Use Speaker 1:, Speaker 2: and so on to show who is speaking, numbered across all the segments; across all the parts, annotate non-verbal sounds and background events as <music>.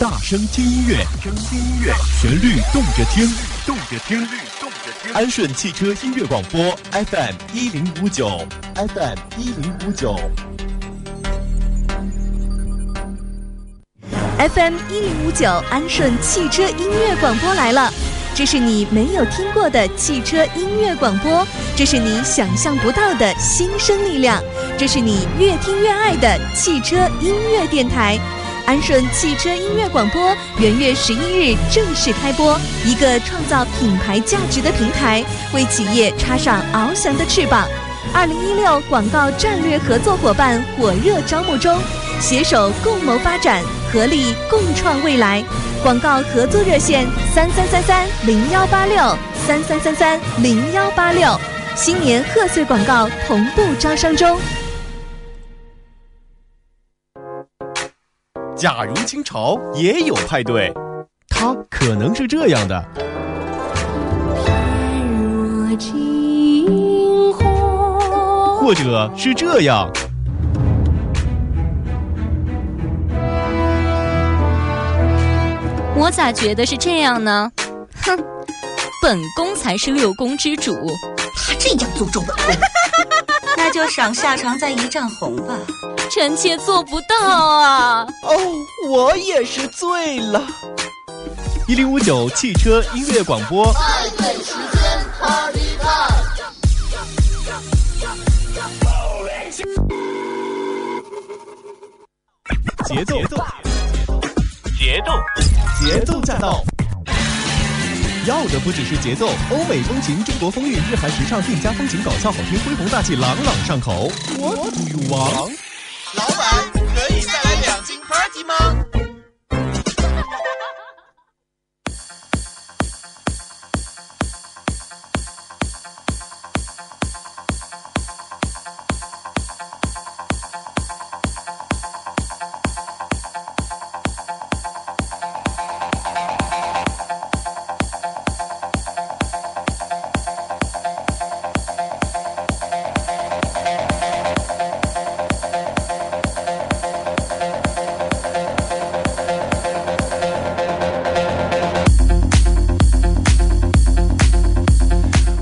Speaker 1: 大声听音乐，
Speaker 2: 声听音乐，
Speaker 1: 旋律动着听。
Speaker 2: 动着听，律动着听。
Speaker 1: 安顺汽车音乐广播 FM 一零五九，FM 一零五九。
Speaker 3: FM 一零五九安顺汽车音乐广播来了，这是你没有听过的汽车音乐广播，这是你想象不到的新生力量，这是你越听越爱的汽车音乐电台。安顺汽车音乐广播元月十一日正式开播，一个创造品牌价值的平台，为企业插上翱翔的翅膀。二零一六广告战略合作伙伴火热招募中，携手共谋发展，合力共创未来。广告合作热线三三三三零幺八六三三三三零幺八六，新年贺岁广告同步招商中。
Speaker 1: 假如清朝也有派对，它可能是这样的：
Speaker 4: 若惊鸿，
Speaker 1: 或者是这样。
Speaker 4: 我咋觉得是这样呢？哼，本宫才是六宫之主。
Speaker 5: 他这样诅咒本宫，
Speaker 6: <laughs> 那就赏下场再一丈红吧。
Speaker 4: 臣妾做不到啊！
Speaker 7: 哦，我也是醉了。
Speaker 1: 一零五九汽车音乐广播，节奏
Speaker 2: 节奏，
Speaker 1: 节奏驾到！要的不只是节奏，欧美风情、中国风韵、日韩时尚、定家风情、搞笑好听、恢宏大气、朗朗上口。我不用王。
Speaker 8: 老板，可以再来两斤 Party 吗？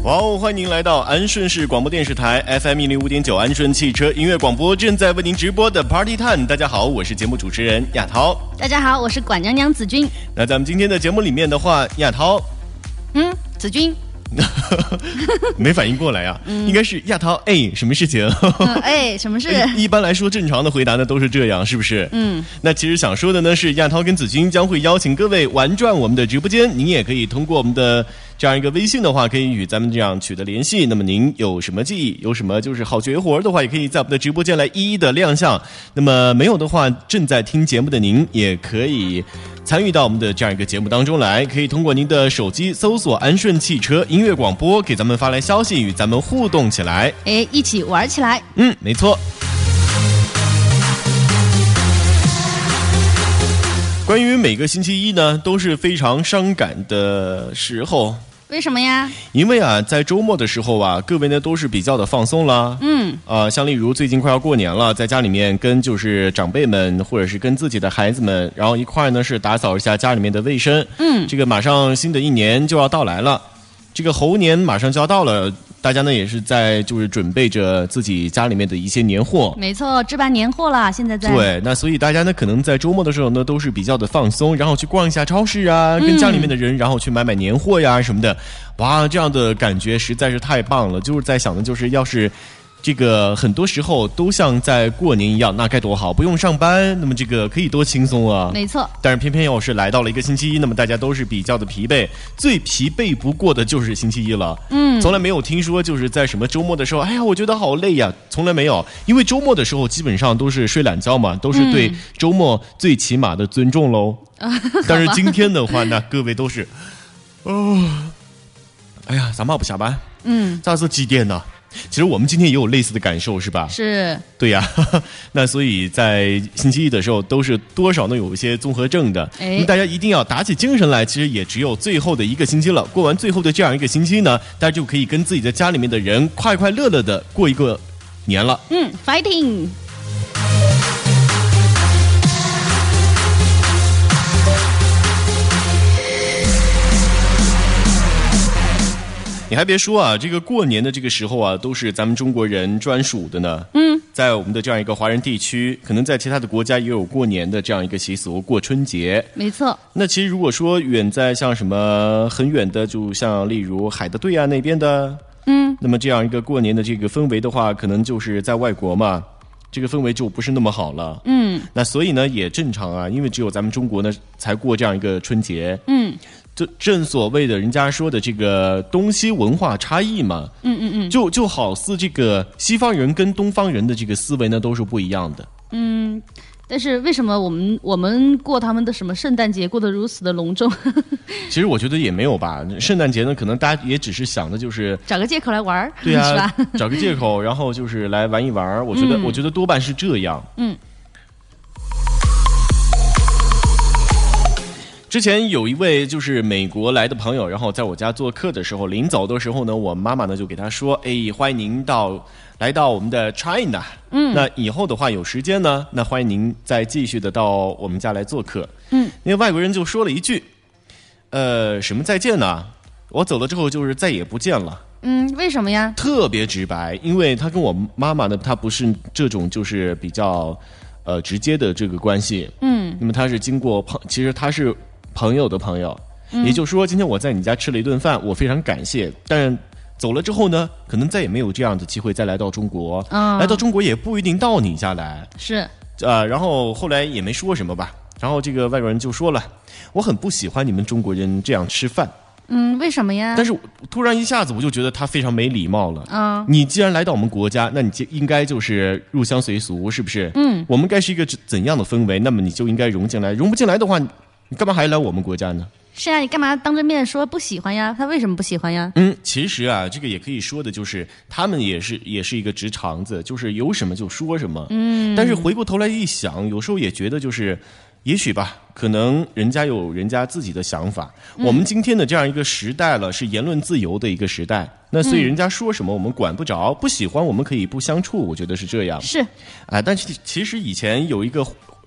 Speaker 1: 哇哦！欢迎您来到安顺市广播电视台 FM 一零五点九安顺汽车音乐广播，正在为您直播的 Party Time。大家好，我是节目主持人亚涛。
Speaker 9: 大家好，我是管娘娘子君。
Speaker 1: 那咱们今天的节目里面的话，亚涛 <laughs>
Speaker 9: 嗯，
Speaker 6: <laughs>
Speaker 9: 子君，
Speaker 1: 没反应过来啊，应该是亚涛哎，什么事情？
Speaker 9: 嗯哎，什么事？
Speaker 1: 一般来说，正常的回答呢都是这样，是不是？嗯。那其实想说的呢是，亚涛跟子君将会邀请各位玩转我们的直播间，您也可以通过我们的这样一个微信的话，可以与咱们这样取得联系。那么您有什么记忆，有什么就是好绝活儿的话，也可以在我们的直播间来一一的亮相。那么没有的话，正在听节目的您也可以。参与到我们的这样一个节目当中来，可以通过您的手机搜索“安顺汽车音乐广播”，给咱们发来消息，与咱们互动起来。
Speaker 9: 哎，一起玩起来！
Speaker 1: 嗯，没错。关于每个星期一呢，都是非常伤感的时候，
Speaker 9: 为什么呀？
Speaker 1: 因为啊，在周末的时候啊，各位呢都是比较的放松啦。
Speaker 9: 嗯，
Speaker 1: 啊、像例如最近快要过年了，在家里面跟就是长辈们，或者是跟自己的孩子们，然后一块儿呢是打扫一下家里面的卫生。
Speaker 9: 嗯
Speaker 1: 这个马上新的一年就要到来了，这个猴年马上就要到了，大家呢也是在就是准备着自己家里面的一些年货。
Speaker 9: 没错，置办年货啦，现在在。
Speaker 1: 对，那所以大家呢，可能在周末的时候呢，都是比较的放松，然后去逛一下超市啊，跟家里面的人，然后去买买年货呀什么的，哇，这样的感觉实在是太棒了。就是在想的，就是要是。这个很多时候都像在过年一样，那该多好！不用上班，那么这个可以多轻松啊！
Speaker 9: 没错，
Speaker 1: 但是偏偏要是来到了一个星期一，那么大家都是比较的疲惫，最疲惫不过的就是星期一了。嗯，从来没有听说就是在什么周末的时候，哎呀，我觉得好累呀，从来没有，因为周末的时候基本上都是睡懒觉嘛，都是对周末最起码的尊重喽。但是今天的话，那各位都是，哦，哎呀，咱们要不下班？
Speaker 9: 嗯，
Speaker 1: 咋是几点呢？其实我们今天也有类似的感受，是吧？
Speaker 9: 是
Speaker 1: 对呀、 <laughs> 那所以在星期一的时候，都是多少呢有一些综合症的。
Speaker 9: 哎
Speaker 1: 那么大家一定要打起精神来，其实也只有最后的一个星期了。过完最后的这样一个星期呢，大家就可以跟自己的家里面的人快快乐乐的过一个年了。
Speaker 9: 嗯，fighting。
Speaker 1: 你还别说啊，这个过年的这个时候啊，都是咱们中国人专属的呢。嗯，在我们的这样一个华人地区，可能在其他的国家也有过年的这样一个习俗，过春节。
Speaker 9: 没错，
Speaker 1: 那其实如果说远在像什么很远的，就像例如海的对岸那边的，嗯，那么这样一个过年的这个氛围的话，可能就是在外国嘛，这个氛围就不是那么好了。嗯，那所以呢也正常啊，因为只有咱们中国呢才过这样一个春节。嗯。就正所谓的人家说的这个东西文化差异嘛，嗯嗯嗯，就就好似这个西方人跟东方人的这个思维呢都是不一样的。
Speaker 9: 但是为什么我们我们过他们的什么圣诞节过得如此的隆重？ <laughs>
Speaker 1: 其实我觉得也没有吧，圣诞节呢，可能大家也只是想的就是
Speaker 9: 找个借口来玩儿，<laughs>
Speaker 1: 对
Speaker 9: 是
Speaker 1: 啊
Speaker 9: 吧？，
Speaker 1: 找个借口，然后就是来玩一玩儿。我觉得，我觉得多半是这样。
Speaker 9: 嗯。
Speaker 1: 之前有一位就是美国来的朋友，然后在我家做客的时候，临走的时候呢，我妈妈呢就给他说：“哎，欢迎您到来到我们的 China。嗯，那以后的话有时间呢，那欢迎您再继续的到我们家来做客。嗯，那个外国人就说了一句：“呃，什么再见呢？我走了之后就是再也不见了。”
Speaker 9: 嗯，为什么呀？
Speaker 1: 特别直白，因为他跟我妈妈呢，她不是这种就是比较呃直接的这个关系，嗯，那么他是经过朋，其实他是朋友的朋友，也就是说，今天我在你家吃了一顿饭，我非常感谢，但是。走了之后呢，可能再也没有这样的机会再来到中国，
Speaker 9: 嗯
Speaker 1: 来到中国也不一定到你家来，
Speaker 9: 是
Speaker 1: 呃，然后后来也没说什么吧。然后这个外国人就说了，我很不喜欢你们中国人这样吃饭，
Speaker 9: 嗯，为什么呀？
Speaker 1: 但是我突然一下子我就觉得他非常没礼貌了。
Speaker 9: 啊
Speaker 1: 你既然来到我们国家，那你就应该就是入乡随俗，是不是？嗯，我们该是一个怎怎样的氛围，那么你就应该融进来。融不进来的话，你你干嘛还来我们国家呢？
Speaker 9: 是啊，你干嘛当着面说不喜欢呀？他为什么不喜欢呀？
Speaker 1: 嗯，其实啊，这个也可以说的，就是他们也是也是一个直肠子，就是有什么就说什么。嗯，但是回过头来一想，有时候也觉得就是，也许吧，可能人家有人家自己的想法。我们今天的这样一个时代了，是言论自由的一个时代，那所以人家说什么我们管不着，不喜欢我们可以不相处，我觉得是这样。
Speaker 9: 是
Speaker 1: 啊，但是其实以前有一个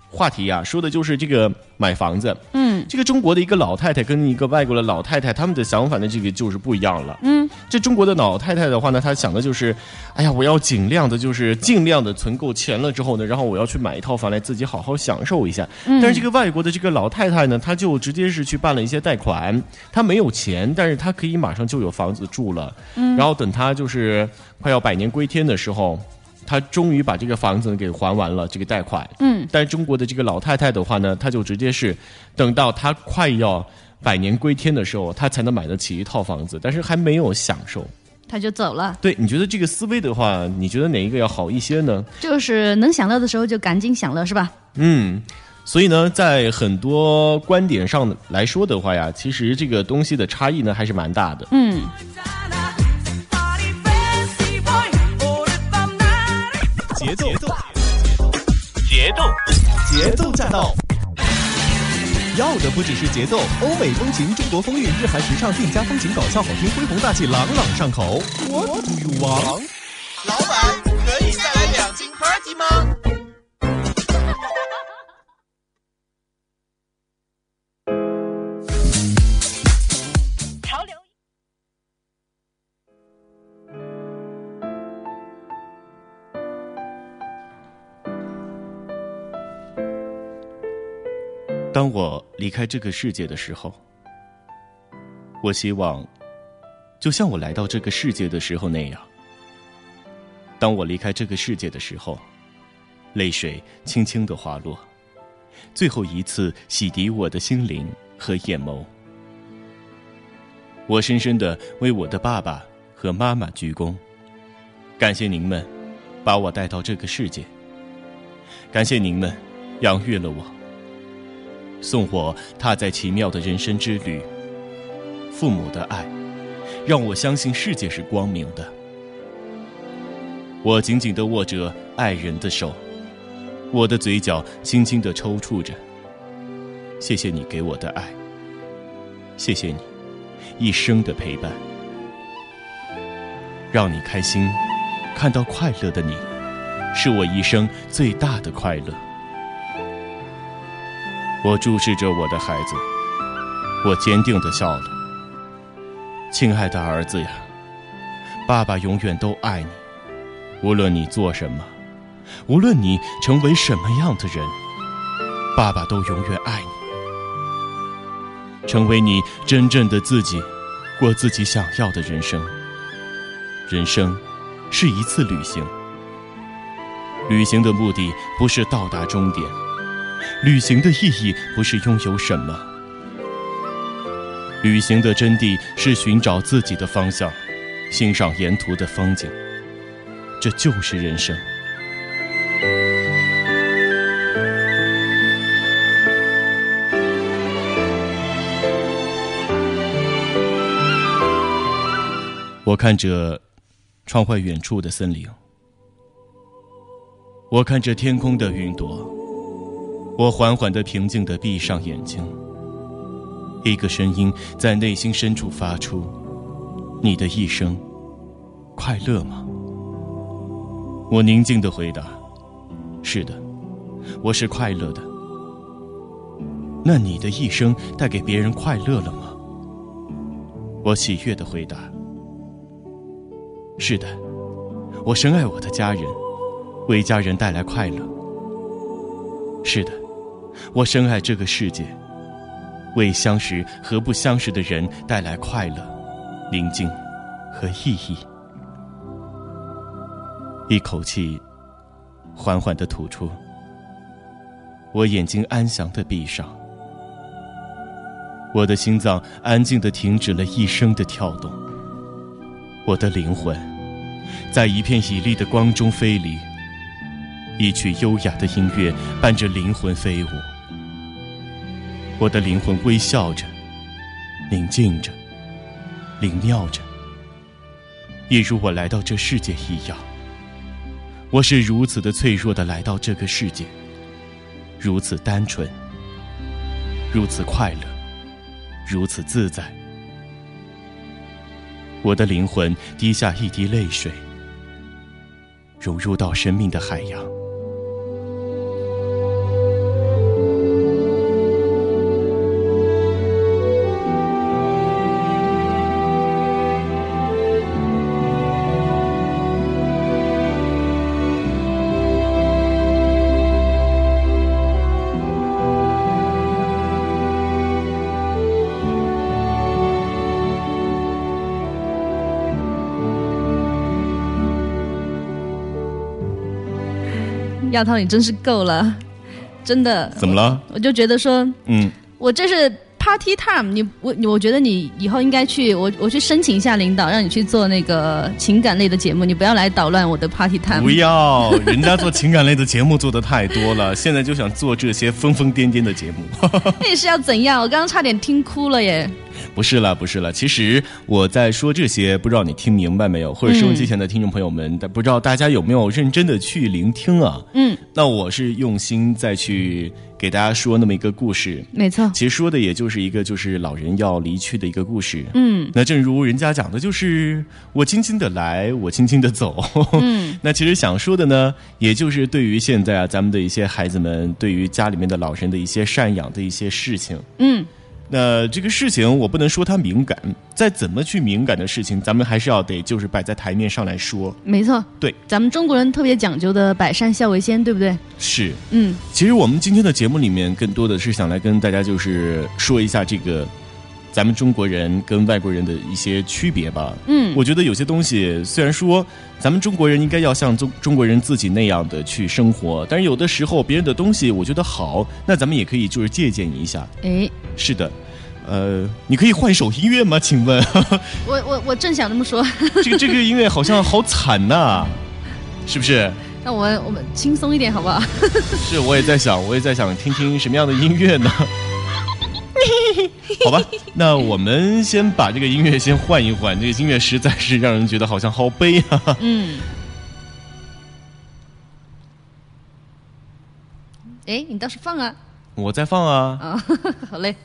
Speaker 1: 话题啊，说的就是这个买房子。嗯，这个中国的一个老太太跟一个外国的老太太，他们的想法呢，这个就是不一样了。嗯，这中国的老太太的话呢，她想的就是，哎呀，我要尽量的，就是尽量的存够钱了之后呢，然后我要去买一套房来自己好好享受一下。但是这个外国的这个老太太呢，她就直接是去办了一些贷款，她没有钱，但是她可以马上就有房子住了。嗯，然后等她就是快要百年归天的时候。他终于把这个房子给还完了，这个贷款。嗯，但是中国的这个老太太的话呢，她就直接是等到她快要百年归天的时候，她才能买得起一套房子，但是还没有享受。
Speaker 9: 他就走了，
Speaker 1: 对，你觉得这个思维的话，你觉得哪一个要好一些呢？
Speaker 9: 就是能享乐的时候就赶紧享乐，是吧？
Speaker 1: 嗯，所以呢，在很多观点上来说的话呀，其实这个东西的差异呢还是蛮大的。
Speaker 9: 嗯，
Speaker 1: 节奏，
Speaker 2: 节奏，
Speaker 8: 节奏驾到！要的不只是节奏，欧美风情、中国风韵、日韩时尚、定家风情、搞笑好听、恢宏大气、朗朗上口。What do you want？老板，可以再来两斤 Party 吗？
Speaker 1: 当我离开这个世界的时候，我希望，就像我来到这个世界的时候那样。当我离开这个世界的时候，泪水轻轻的滑落，最后一次洗涤我的心灵和眼眸。我深深的为我的爸爸和妈妈鞠躬，感谢您们，把我带到这个世界。感谢您们，养育了我。送我踏在奇妙的人生之旅。父母的爱，让我相信世界是光明的。我紧紧地握着爱人的手，我的嘴角轻轻地抽搐着。谢谢你给我的爱，谢谢你一生的陪伴，让你开心，看到快乐的你，是我一生最大的快乐。我注视着我的孩子，我坚定的笑了。亲爱的儿子呀，爸爸永远都爱你，无论你做什么，无论你成为什么样的人，爸爸都永远爱你。成为你真正的自己，过自己想要的人生。人生是一次旅行，旅行的目的不是到达终点，旅行的意义不是拥有什么，旅行的真谛是寻找自己的方向，欣赏沿途的风景，这就是人生。我看着窗外远处的森林，我看着天空的云朵，我缓缓的、平静的闭上眼睛。一个声音在内心深处发出：“你的一生快乐吗？”我宁静的回答：“是的，我是快乐的。”那你的一生带给别人快乐了吗？我喜悦的回答。是的，我深爱我的家人，为家人带来快乐。是的，我深爱这个世界，为相识和不相识的人带来快乐、宁静和意义。一口气缓缓的吐出，我眼睛安详的闭上，我的心脏安静的停止了一生的跳动。我的灵魂，在一片绮丽的光中飞离。一曲优雅的音乐伴着灵魂飞舞。我的灵魂微笑着，宁静着，灵妙着，一如我来到这世界一样。我是如此的脆弱的来到这个世界，如此单纯，如此快乐，如此自在。我的灵魂滴下一滴泪水，融入到生命的海洋。
Speaker 9: 亚涛，你真是够了，真的。
Speaker 1: 怎么了？
Speaker 9: 我就觉得说，
Speaker 1: 嗯，
Speaker 9: 我这是 party time，你我你我觉得你以后应该去，我我去申请一下领导，让你去做那个情感类的节目，你不要来捣乱我的 party
Speaker 4: 嗯
Speaker 9: time。
Speaker 1: 不要，人家做情感类的节目做的太多了， <laughs> 现在就想做这些疯疯癫癫的节目。 <laughs>
Speaker 9: 那你是要怎样？我刚刚差点听哭了耶。
Speaker 1: 不是啦，不是啦。其实我在说这些，不知道你听明白没有，或者收音机前的听众朋友们，但不知道大家有没有认真的去聆听啊？
Speaker 9: 嗯，
Speaker 1: 那我是用心再去给大家说那么一个故事。
Speaker 9: 没错，
Speaker 1: 其实说的也就是一个就是老人要离去的一个故事。
Speaker 9: 嗯，
Speaker 1: 那正如人家讲的，就是我轻轻的来，我轻轻的走。嗯， <laughs> 那其实想说的呢，也就是对于现在啊，咱们的一些孩子们，对于家里面的老人的一些赡养的一些事情。
Speaker 9: 嗯。
Speaker 1: 那这个事情我不能说它敏感，再怎么去敏感的事情，咱们还是要得就是摆在台面上来说。
Speaker 9: 没错，
Speaker 1: 对，
Speaker 9: 咱们中国人特别讲究的百善孝为先，对不对？
Speaker 1: 是，
Speaker 9: 嗯，
Speaker 1: 其实我们今天的节目里面，更多的是想来跟大家就是说一下这个咱们中国人跟外国人的一些区别吧。
Speaker 9: 嗯
Speaker 1: 我觉得有些东西虽然说咱们中国人应该要像中中国人自己那样的去生活，但是有的时候别人的东西我觉得好，那咱们也可以就是借鉴一下。
Speaker 9: 哎，
Speaker 1: 是的。呃，你可以换一首音乐吗？请问， <laughs>
Speaker 9: 我我我正想这么说， <laughs>
Speaker 1: 这个这个音乐好像好惨呐、是不是？
Speaker 9: 那我们我们轻松一点好不好？
Speaker 1: 是，我也在想，我也在想听听什么样的音乐
Speaker 4: <laughs>
Speaker 1: 呢？好吧，那我们先把这个音乐先换一换，这个音乐实在是让人觉得好像好悲啊！ <laughs>
Speaker 9: 嗯。哎，你倒是放啊！
Speaker 1: 我在放啊，
Speaker 4: <laughs>
Speaker 9: 啊、好嘞。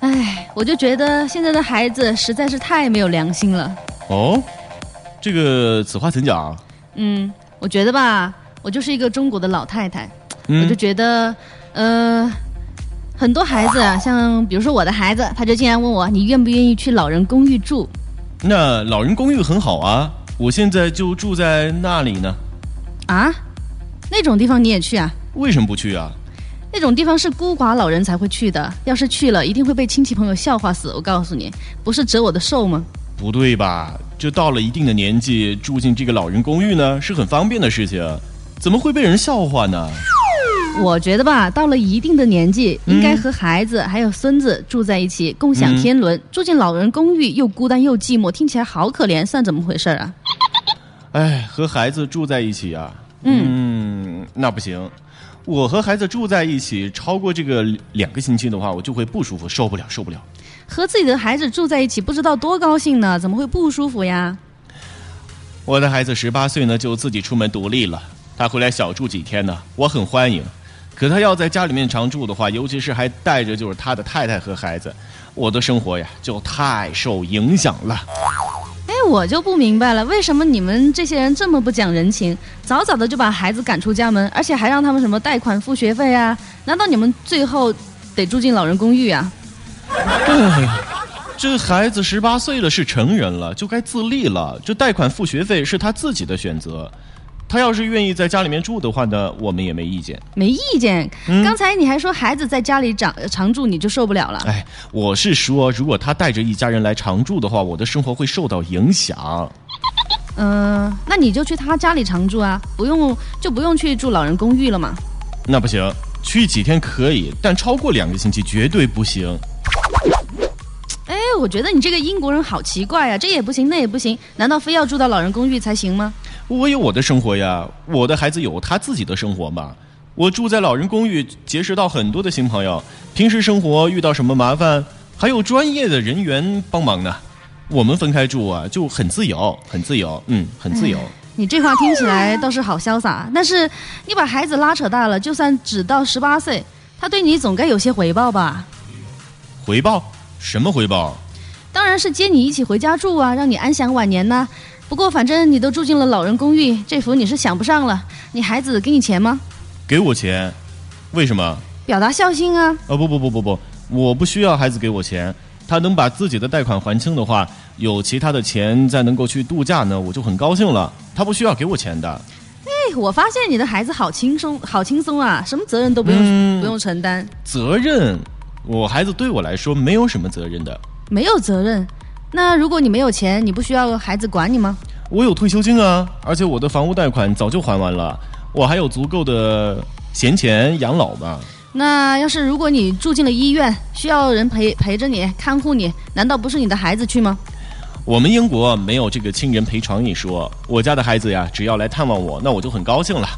Speaker 9: 唉，我就觉得现在的孩子实在是太没有良心了。
Speaker 1: 哦，这个此话怎讲？啊
Speaker 4: 嗯，我觉得吧，我就是一个中国的老太太，
Speaker 1: 嗯
Speaker 4: 我就觉得，呃，很多孩子啊，像比如说我的孩子，他就经常问我，你愿不愿意去老人公寓住？
Speaker 1: 那老人公寓很好啊，我现在就住在那里呢，
Speaker 4: 啊，那种地方你也去啊？
Speaker 1: 为什么不去啊？
Speaker 4: 那种地方是孤寡老人才会去的，要是去了，一定会被亲戚朋友笑话死。我告诉你，不是折我的寿吗？
Speaker 1: 不对吧？就到了一定的年纪，住进这个老人公寓呢，是很方便的事情，怎么会被人笑话呢？
Speaker 4: 我觉得吧，到了一定的年纪，
Speaker 1: 嗯
Speaker 4: 应该和孩子还有孙子住在一起，共享天伦。住进老人公寓又孤单又寂寞，听起来好可怜，算怎么回事儿啊？
Speaker 1: 哎，和孩子住在一起啊，嗯，那不行。我和孩子住在一起超过这个两个星期的话，我就会不舒服，受不了，受不了。
Speaker 4: 和自己的孩子住在一起，不知道多高兴呢，怎么会不舒服呀？
Speaker 1: 我的孩子十八岁呢，就自己出门独立了。他回来小住几天呢，我很欢迎。可他要在家里面常住的话，尤其是还带着就是他的太太和孩子，我的生活呀就太受影响了。
Speaker 4: 哎，我就不明白了，为什么你们这些人这么不讲人情？早早的就把孩子赶出家门，而且还让他们什么贷款付学费啊？难道你们最后得住进老人公寓啊？
Speaker 1: 这孩子十八岁了，是成人了，就该自立了。这贷款付学费是他自己的选择。他要是愿意在家里面住的话呢，我们也没意见。
Speaker 4: 没意见。刚才你还说孩子在家里长常住你就受不了了。
Speaker 1: 哎，我是说，如果他带着一家人来常住的话，我的生活会受到影响。
Speaker 4: 嗯、那你就去他家里常住啊，不用就不用去住老人公寓了嘛。
Speaker 1: 那不行，去几天可以，但超过两个星期绝对不行。
Speaker 4: 哎，我觉得你这个英国人好奇怪啊，这也不行，那也不行，难道非要住到老人公寓才行吗？
Speaker 1: 我有我的生活呀，我的孩子有他自己的生活嘛。我住在老人公寓，结识到很多的新朋友，平时生活遇到什么麻烦，还有专业的人员帮忙呢。我们分开住啊，就很自由，很自由，嗯，很自由。
Speaker 4: 你这话听起来倒是好潇洒，但是你把孩子拉扯大了，就算只到十八岁，他对你总该有些回报吧？
Speaker 1: 回报？什么回报？
Speaker 4: 当然是接你一起回家住啊，让你安享晚年呐、不过反正你都住进了老人公寓，这福你是享不上了。你孩子给你钱吗？
Speaker 1: 给我钱？为什么？
Speaker 4: 表达孝心啊！
Speaker 1: 哦，不不不不不，我不需要孩子给我钱。他能把自己的贷款还清的话，有其他的钱再能够去度假呢，我就很高兴了。他不需要给我钱的。
Speaker 4: 哎，我发现你的孩子好轻松，好轻松啊，什么责任都不用、不用承担，
Speaker 1: 责任，我孩子对我来说没有什么责任的。
Speaker 4: 没有责任。那如果你没有钱，你不需要孩子管你吗？
Speaker 1: 我有退休金啊，而且我的房屋贷款早就还完了，我还有足够的闲钱养老呢。
Speaker 4: 那要是如果你住进了医院，需要人陪陪着你看护你，难道不是你的孩子去吗？
Speaker 1: 我们英国没有这个亲人陪床一说，我家的孩子呀，只要来探望我，那我就很高兴了。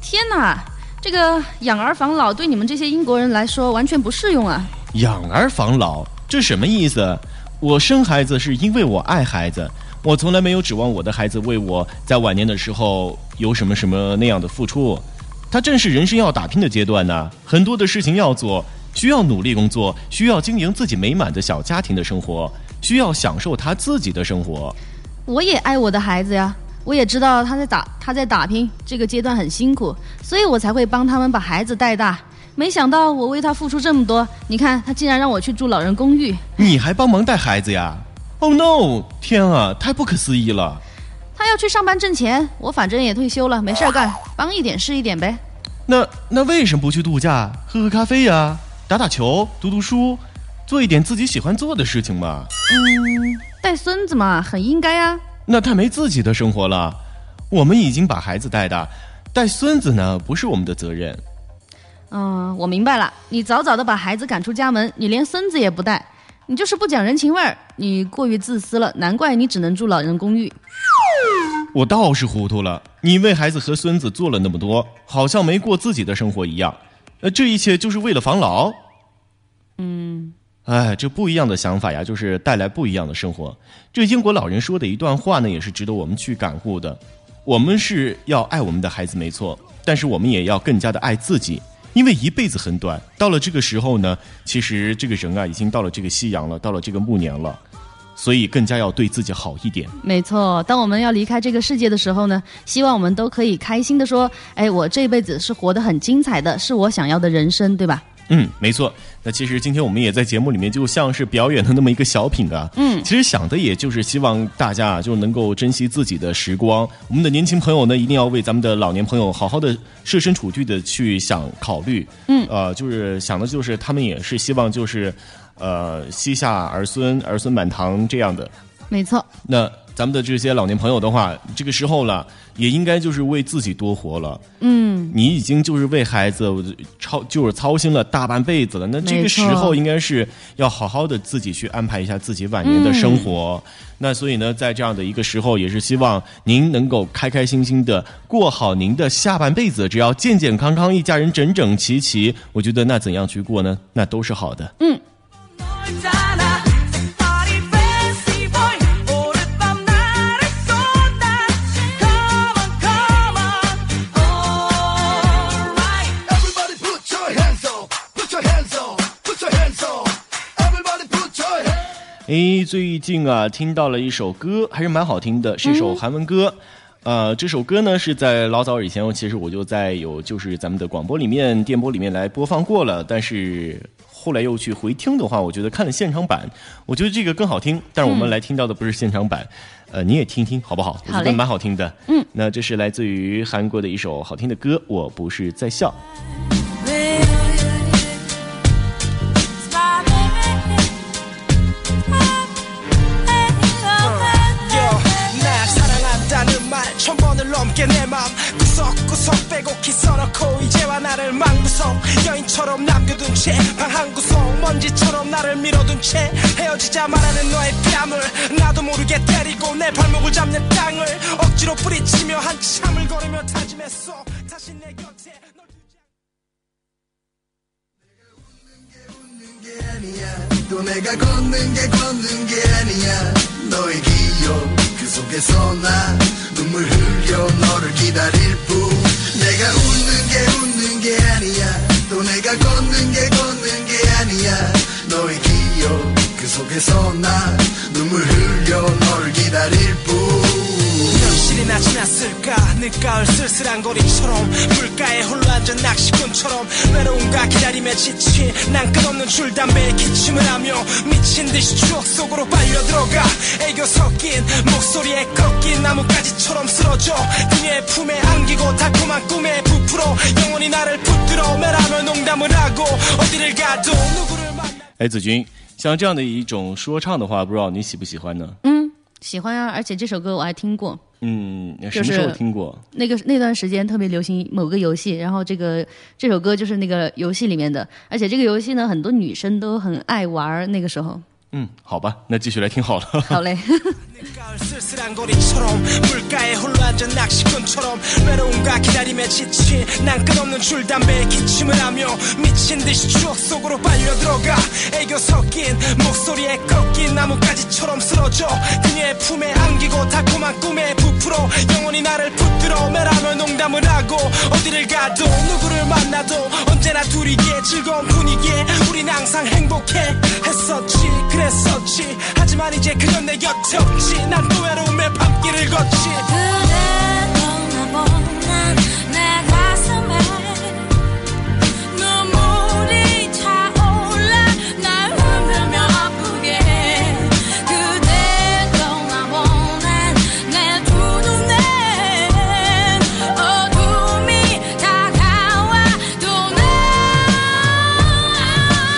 Speaker 4: 天哪，这个养儿防老对你们这些英国人来说完全不适用啊！
Speaker 1: 养儿防老，这什么意思？我生孩子是因为我爱孩子，我从来没有指望我的孩子为我在晚年的时候有什么什么那样的付出。他正是人生要打拼的阶段呢、很多的事情要做，需要努力工作，需要经营自己美满的小家庭的生活，需要享受他自己的生活。
Speaker 4: 我也爱我的孩子呀，我也知道他在打他在打拼，这个阶段很辛苦，所以我才会帮他们把孩子带大。没想到我为他付出这么多，你看他竟然让我去住老人公寓，
Speaker 1: 你还帮忙带孩子呀？Oh no！天啊，太不可思议了！
Speaker 4: 他要去上班挣钱，我反正也退休了，没事儿干，帮一点是一点呗。
Speaker 1: 那那为什么不去度假，喝喝咖啡呀、打打球，读读书，做一点自己喜欢做的事情嘛？
Speaker 4: 带孙子嘛，很应该啊。
Speaker 1: 那太没自己的生活了。我们已经把孩子带大，带孙子呢不是我们的责任。
Speaker 4: 嗯，我明白了，你早早的把孩子赶出家门，你连孙子也不带，你就是不讲人情味儿，你过于自私了，难怪你只能住老人公寓。
Speaker 1: 我倒是糊涂了，你为孩子和孙子做了那么多，好像没过自己的生活一样。呃，这一切就是为了防老。嗯，哎，这不一样的想法呀，就是带来不一样的生活。这英国老人说的一段话呢，也是值得我们去感悟的。我们是要爱我们的孩子，没错，但是我们也要更加的爱自己，因为一辈子很短。到了这个时候呢，其实这个人啊，已经到了这个夕阳了，到了这个暮年了。所以更加要对自己好一点。
Speaker 9: 没错，当我们要离开这个世界的时候呢，希望我们都可以开心的说：“哎，我这辈子是活得很精彩的，是我想要的人生，对吧？”
Speaker 1: 嗯，没错。那其实今天我们也在节目里面，就像是表演了那么一个小品啊。嗯，其实想的也就是希望大家啊，就能够珍惜自己的时光。我们的年轻朋友呢，一定要为咱们的老年朋友好好的设身处地的去想考虑。嗯，呃，就是想的就是他们也是希望就是，呃，膝下儿孙，儿孙满堂这样的。
Speaker 9: 没错，
Speaker 1: 那咱们的这些老年朋友的话，这个时候了，也应该就是为自己多活了。嗯，你已经就是为孩子操就是操心了大半辈子了，那这个
Speaker 9: 没
Speaker 1: 时
Speaker 9: 错
Speaker 1: 候应该是要好好的自己去安排一下自己晚
Speaker 9: 嗯
Speaker 1: 年的生活。那所以呢，在这样的一个时候，也是希望您能够开开心心的过好您的下半辈子。只要健健康康，一家人整整齐齐，我觉得那怎样去过呢？那都是好的。诶，最近啊，听到了一首歌，还是蛮好听的，是一首韩文歌。呃，这首歌呢是在老早以前，其实我就在有就是咱们的广播里面、电波里面来播放过了，但是后来又去回听的话，我觉得看了现场版，我觉得这个更好听。但是我们来听到的不是现场版，呃，你也听听好不好？我觉
Speaker 4: 好
Speaker 1: 得
Speaker 4: 嘞
Speaker 1: 蛮好听的。嗯，那这是来自于韩国的一首好听的歌，《我不是在笑》。
Speaker 10: 날 사랑한다는 말 천 번을 넘게 내 맘 구석구석 빼곡히 써놓고 이제와 나를 망구석 여인처럼 남겨둔 채 방 한 구석 먼지처럼 나를 밀어둔 채 헤어지자 말하는 너의 뺨을 나도 모르게 때리고 내 발목을 잡는 땅을 억지로 뿌리치며 한참을 걸으며 다짐했어 다시 내 곁에 널 두지 않-
Speaker 5: 또 내가 걷는 게 걷는 게 아니야 너의 기억 그 속에서 나 눈물 흘려 너를 기다릴 뿐 내가 웃는 게 웃는 게 아니야 또 내가 걷는 게 걷는 게 아니야 너의 기억 그 속에서 나 눈물 흘려 너를 기다릴 뿐
Speaker 10: 며칠이나 지났을까 늦가을 쓸쓸한 거리처럼 물가에 홀로 앉은 낚시꾼처럼 외로움과 기다림에 지친 난 끝없는 줄담배에 기침을 하며 미친 듯이 추억 속으로 빨려들어가 애교 섞인 목소리에 꺾인 나뭇가지처럼 쓰러져 그녀의 품에 안기고 달콤한 꿈에 부풀어 영원히 나를 붙들어 매라며 농담을 하고 어디를 가도 누구를 만나
Speaker 1: 哎，子君，像这样的一种说唱的话，不知道你喜不喜欢呢？
Speaker 9: 嗯，喜欢啊，而且这首歌我还听过。
Speaker 1: 嗯，什
Speaker 9: 就
Speaker 1: 么时候
Speaker 9: 是
Speaker 1: 听过？
Speaker 9: 那个那段时间特别流行某个游戏，然后这个这首歌就是那个游戏里面的，而且这个游戏呢，很多女生都很爱玩儿。那个时候，
Speaker 1: 嗯，好吧，那继续来听好了。 <laughs>
Speaker 9: 好嘞，
Speaker 10: 가을 쓸쓸한 거리처럼 물가에 홀로 앉은 낚시꾼처럼 외로움과 기다림에 지친 난 끝없는 줄담배에 기침을 하며 미친 듯이 추억 속으로 빨려들어가 애교 섞인 목소리에 꺾인 나뭇가지처럼 쓰러져 그녀의 품에 안기고 달콤한 꿈에 부풀어 영원히 나를 붙들어 매라며 농담을 하고 어디를 가도 누구를 만나도 언제나 둘이기에 즐거운 분위기에 우린 항상 행복해 했었지 그랬었지 하지만 이제 그건 내 곁에 없지 난 또 외로움의 밤길을 걷지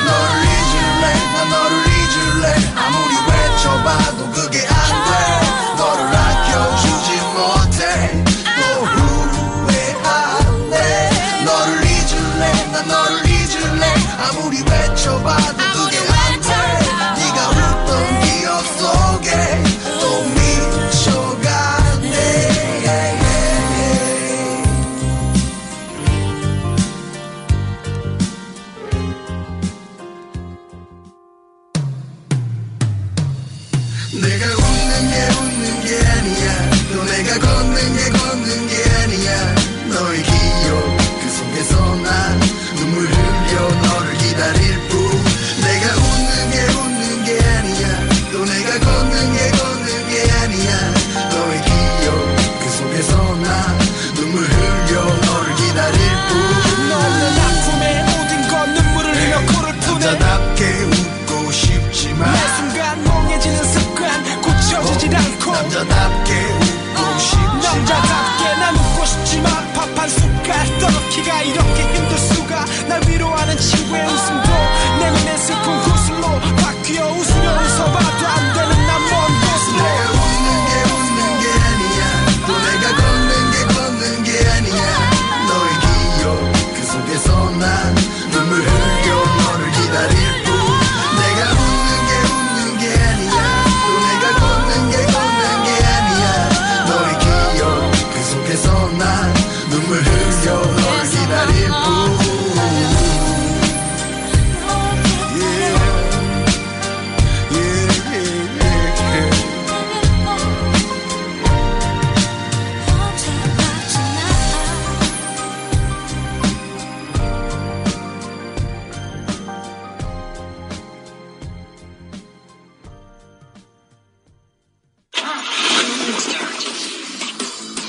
Speaker 5: 너를 잊을래 난 너를 잊을래 아무리 외쳐봐도 그게 안돼 너를 아껴주지 못해 또 후회 안돼 너를 잊을래 난 너를 잊을래 아무리 외쳐봐도 그게 안돼 네가 웃던 기억 속에 또 미쳐가네 「ねがうんぬんげうんぬんげあにや」「どねがこんぬんげこんぬんげあにや」「のいきよくそげそうな」「ぬむるよのるひだりっぷ」「ねがうんぬんげうんぬんげあにや」「どねがこんぬんげ그 남자답게 웃고 싶지만
Speaker 10: 매 순간 멍해지는 습관 고쳐지질 않고
Speaker 5: 남자답게 웃고 싶지만
Speaker 10: 남자답게 난 웃고 싶지만 밥 한 숟갈 떨어키가 이렇게 힘들 수가 날 위로하는 친구의 웃음도 내 눈에 슬픈 구슬로 바뀌어 웃으려 웃어봐도 안 되는 난먼 곳으로
Speaker 5: 내가 웃는 게 웃는 게 아니야 또 내가 걷는 게 걷는 게 아니야 너의 기억 그 속에서 난 눈물 흘려 너를 기다릴 뿐 내가 웃는 게 웃는 게 아니야 또 내가 걷는 게 걷는 게 아니야 너의 기억 그 속에서 난 눈물 흘려 너를 기다릴 뿐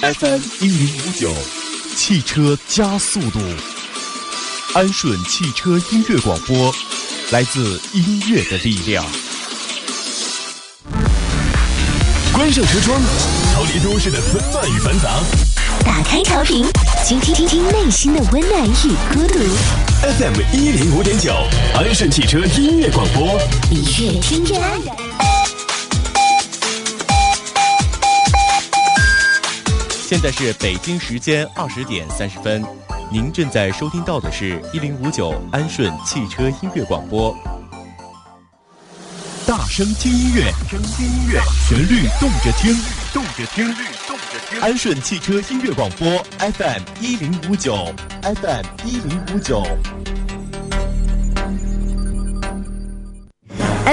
Speaker 8: FM 一零五九，汽车加速度。安顺汽车音乐广播，来自音乐的力量。
Speaker 11: 关上车窗，逃离都市的纷乱与繁杂。
Speaker 12: 打开调频，倾听听听内心的温暖与孤独。
Speaker 11: FM 一零五点九，安顺汽车音乐广播，
Speaker 12: 你越听越安然。
Speaker 1: 现在是北京时间二十点三十分，您正在收听到的是一零五九安顺汽车音乐广播。
Speaker 8: 大声听音乐，声听音乐，旋律动着听，动着听，动着听。安顺汽车音乐广播 FM 一零五九，FM 一零五九。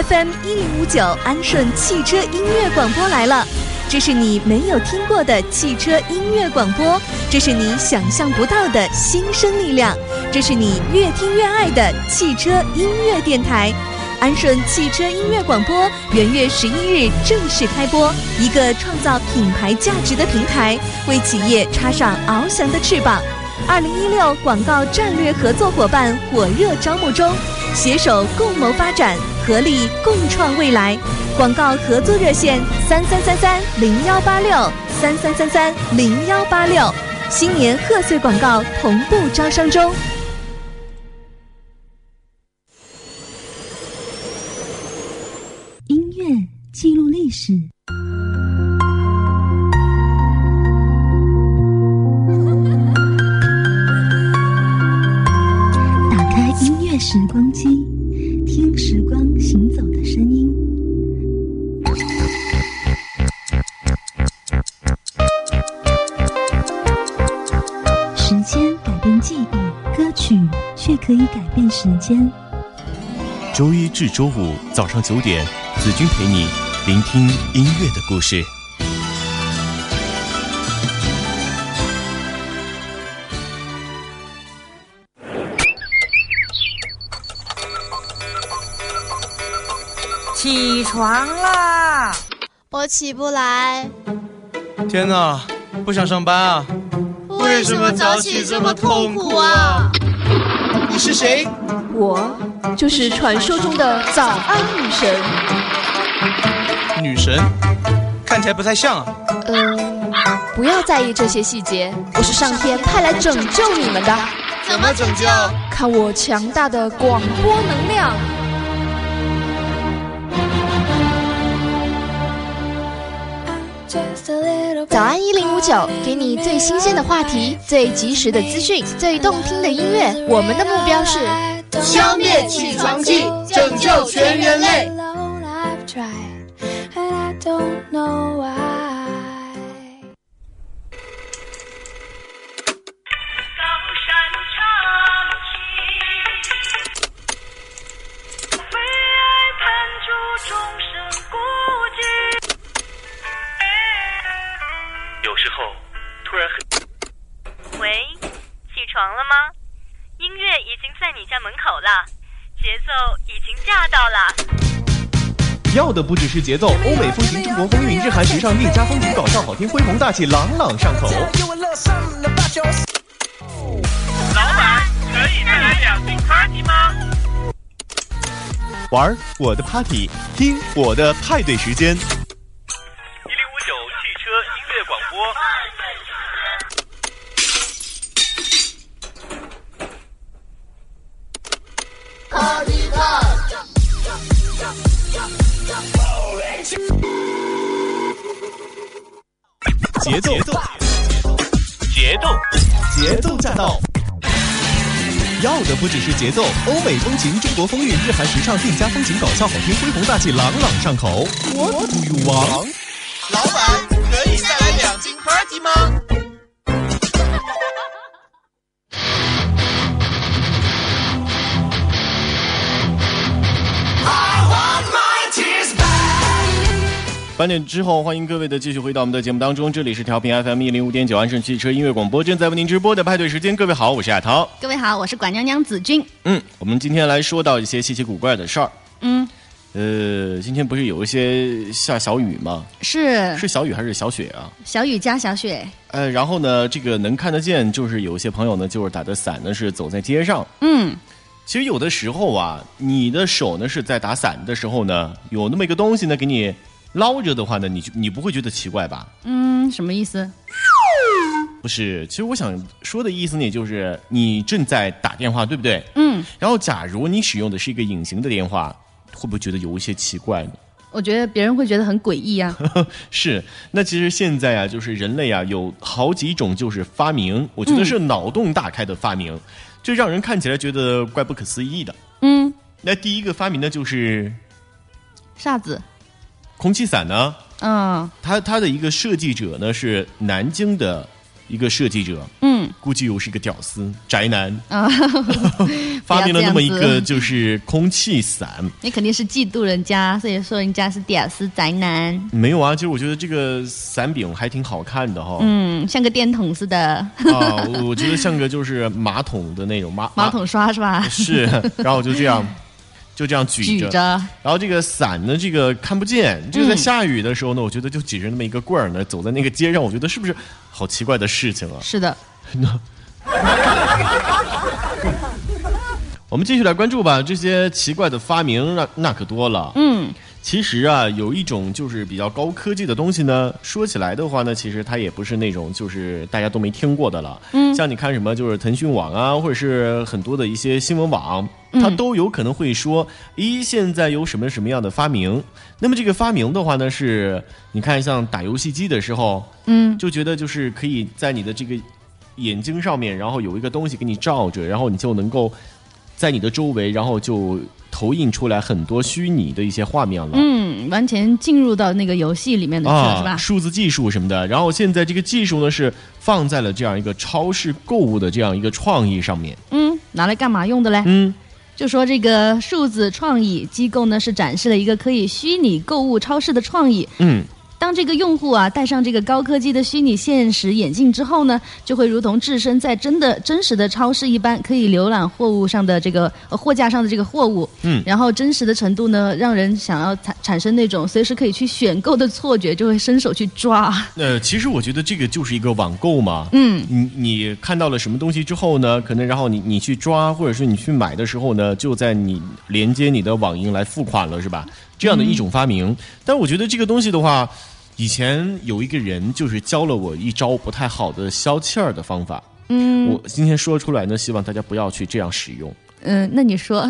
Speaker 3: FM 一零五九安顺汽车音乐广播来了，这是你没有听过的汽车音乐广播，这是你想象不到的新生力量，这是你越听越爱的汽车音乐电台。安顺汽车音乐广播元月十一日正式开播，一个创造品牌价值的平台，为企业插上翱翔的翅膀。二零一六广告战略合作伙伴火热招募中，携手共谋发展，合力共创未来。广告合作热线三三三三零幺八六三三三三零幺八六，新年贺岁广告同步招商中。
Speaker 13: 音乐记录历史，打开音乐时光机，听时光行走的声音。时间改变记忆，歌曲却可以改变时间。
Speaker 1: 周一至周五早上九点，子君陪你聆听音乐的故事。
Speaker 14: 起床啦！
Speaker 15: 我起不来。
Speaker 16: 天哪，不想上班啊？
Speaker 15: 为什么早起这么痛苦啊？
Speaker 16: 你是谁？
Speaker 17: 我就是传说中的早安女神。
Speaker 16: 女神，看起来不太像啊。
Speaker 17: 嗯、呃，不要在意这些细节，我是上天派来拯救你们的。
Speaker 16: 怎么拯救？
Speaker 17: 看我强大的广播能量。
Speaker 18: 早安一零五九，给你最新鲜的话题、最及时的资讯、最动听的音乐。我们的目标是
Speaker 19: 消灭起床气，拯救全人类。
Speaker 20: 有时候突然很。
Speaker 21: 喂，起床了吗？音乐已经在你家门口了，节奏已经驾到了。
Speaker 8: 要的不只是节奏，欧美风情、中国风韵、日韩时尚、宁家风情、搞笑好听、恢宏大气、朗朗上口。
Speaker 22: 老板，可以再来两瓶 party 吗？
Speaker 1: 玩我的 party，听我的派对时间。
Speaker 23: 一零五九汽车音乐广
Speaker 1: 播。节奏，
Speaker 23: 节奏，
Speaker 24: 节奏驾到！要的不只是节奏，欧美风情、中国风韵、日韩时尚、定家风情、搞笑好听、恢宏大气、朗朗上口。我不用王，
Speaker 10: 老板可以再来两斤 party 吗？
Speaker 1: 八点之后，欢迎各位的继续回到我们的节目当中，这里是调频 FM 一零五点九安顺汽车音乐广播，正在为您直播的派对时间。各位好，我是亚涛。
Speaker 4: 各位好，我是管娘娘子君。
Speaker 1: 嗯，我们今天来说到一些稀奇古怪的事儿。
Speaker 4: 嗯，
Speaker 1: 呃，今天不是有一些下小雨吗？
Speaker 4: 是
Speaker 1: 是小雨还是小雪啊？
Speaker 4: 小雨加小雪。
Speaker 1: 呃，然后呢，这个能看得见，就是有一些朋友呢，就是打着伞呢是走在街上。
Speaker 4: 嗯。
Speaker 1: 其实有的时候啊，你的手呢是在打伞的时候呢，有那么一个东西呢给你。捞着的话呢，你就你不会觉得奇怪吧？
Speaker 4: 嗯，什么意思？
Speaker 1: 不是，其实我想说的意思呢，就是你正在打电话，对不对？
Speaker 4: 嗯。
Speaker 1: 然后，假如你使用的是一个隐形的电话，会不会觉得有一些奇怪呢？
Speaker 4: 我觉得别人会觉得很诡异 <laughs> 啊。
Speaker 1: 是，那其实现在啊，就是人类啊，有好几种就是发明，我觉得是脑洞大开的发明，这、嗯、让人看起来觉得怪不可思议的。
Speaker 4: 嗯。
Speaker 1: 那第一个发明呢，就是
Speaker 4: 啥子？
Speaker 1: 空气伞呢？
Speaker 4: 嗯，
Speaker 1: 它它的一个设计者呢是南京的一个设计者，
Speaker 4: 嗯，
Speaker 1: 估计又是一个屌丝宅男
Speaker 4: 啊， <laughs>
Speaker 1: 发明了那么一个就是空气伞。
Speaker 4: 你肯定是嫉妒人家，所以说人家是屌丝宅男。
Speaker 1: 没有啊，其实我觉得这个伞柄还挺好看的哈、哦，
Speaker 4: 嗯，像个电筒似的。
Speaker 1: 啊，我觉得像个就是马桶的那种马
Speaker 4: 马桶刷是吧？
Speaker 1: 是，然后我就这样。就这样举
Speaker 4: 着，举着
Speaker 1: 然后这个伞呢，这个看不见。这个在下雨的时候呢，嗯、我觉得就举着那么一个棍儿呢，走在那个街上，我觉得是不是好奇怪的事情啊？
Speaker 4: 是的。
Speaker 1: 那我们继续来关注吧，这些奇怪的发明那那可多了。
Speaker 4: 嗯，
Speaker 1: 其实啊，有一种就是比较高科技的东西呢，说起来的话呢，其实它也不是那种就是大家都没听过的了。
Speaker 4: 嗯，
Speaker 1: 像你看什么就是腾讯网啊，或者是很多的一些新闻网。他
Speaker 4: 嗯
Speaker 1: 都有可能会说，咦，现在有什么什么样的发明？那么这个发明的话呢，是你看像打游戏机的时候，
Speaker 4: 嗯，
Speaker 1: 就觉得就是可以在你的这个眼睛上面，然后有一个东西给你照着，然后你就能够在你的周围，然后就投影出来很多虚拟的一些画面了。
Speaker 4: 嗯，完全进入到那个游戏里面的去了，
Speaker 1: 啊、
Speaker 4: 是吧？
Speaker 1: 数字技术什么的。然后现在这个技术呢，是放在了这样一个超市购物的这样一个创意上面。
Speaker 4: 嗯，拿来干嘛用的嘞？
Speaker 1: 嗯。
Speaker 4: 就说这个数字创意机构呢，是展示了一个可以虚拟购物超市的创意。
Speaker 1: 嗯，
Speaker 4: 当这个用户啊戴上这个高科技的虚拟现实眼镜之后呢，就会如同置身在真的真实的超市一般，可以浏览货物上的这个、呃、货架上的这个货物。
Speaker 1: 嗯，
Speaker 4: 然后真实的程度呢，让人想要产产生那种随时可以去选购的错觉，就会伸手去抓。
Speaker 1: 呃，其实我觉得这个就是一个网购嘛。
Speaker 4: 嗯，
Speaker 1: 你你看到了什么东西之后呢，可能然后你你去抓，或者是你去买的时候呢，就在你连接你的网银来付款了，是吧？这样的一种发明。嗯、但我觉得这个东西的话，以前有一个人就是教了我一招不太好的消气儿的方法。
Speaker 4: 嗯，
Speaker 1: 我今天说出来呢，希望大家不要去这样使
Speaker 4: <laughs>
Speaker 1: 用。
Speaker 4: 嗯，那你说？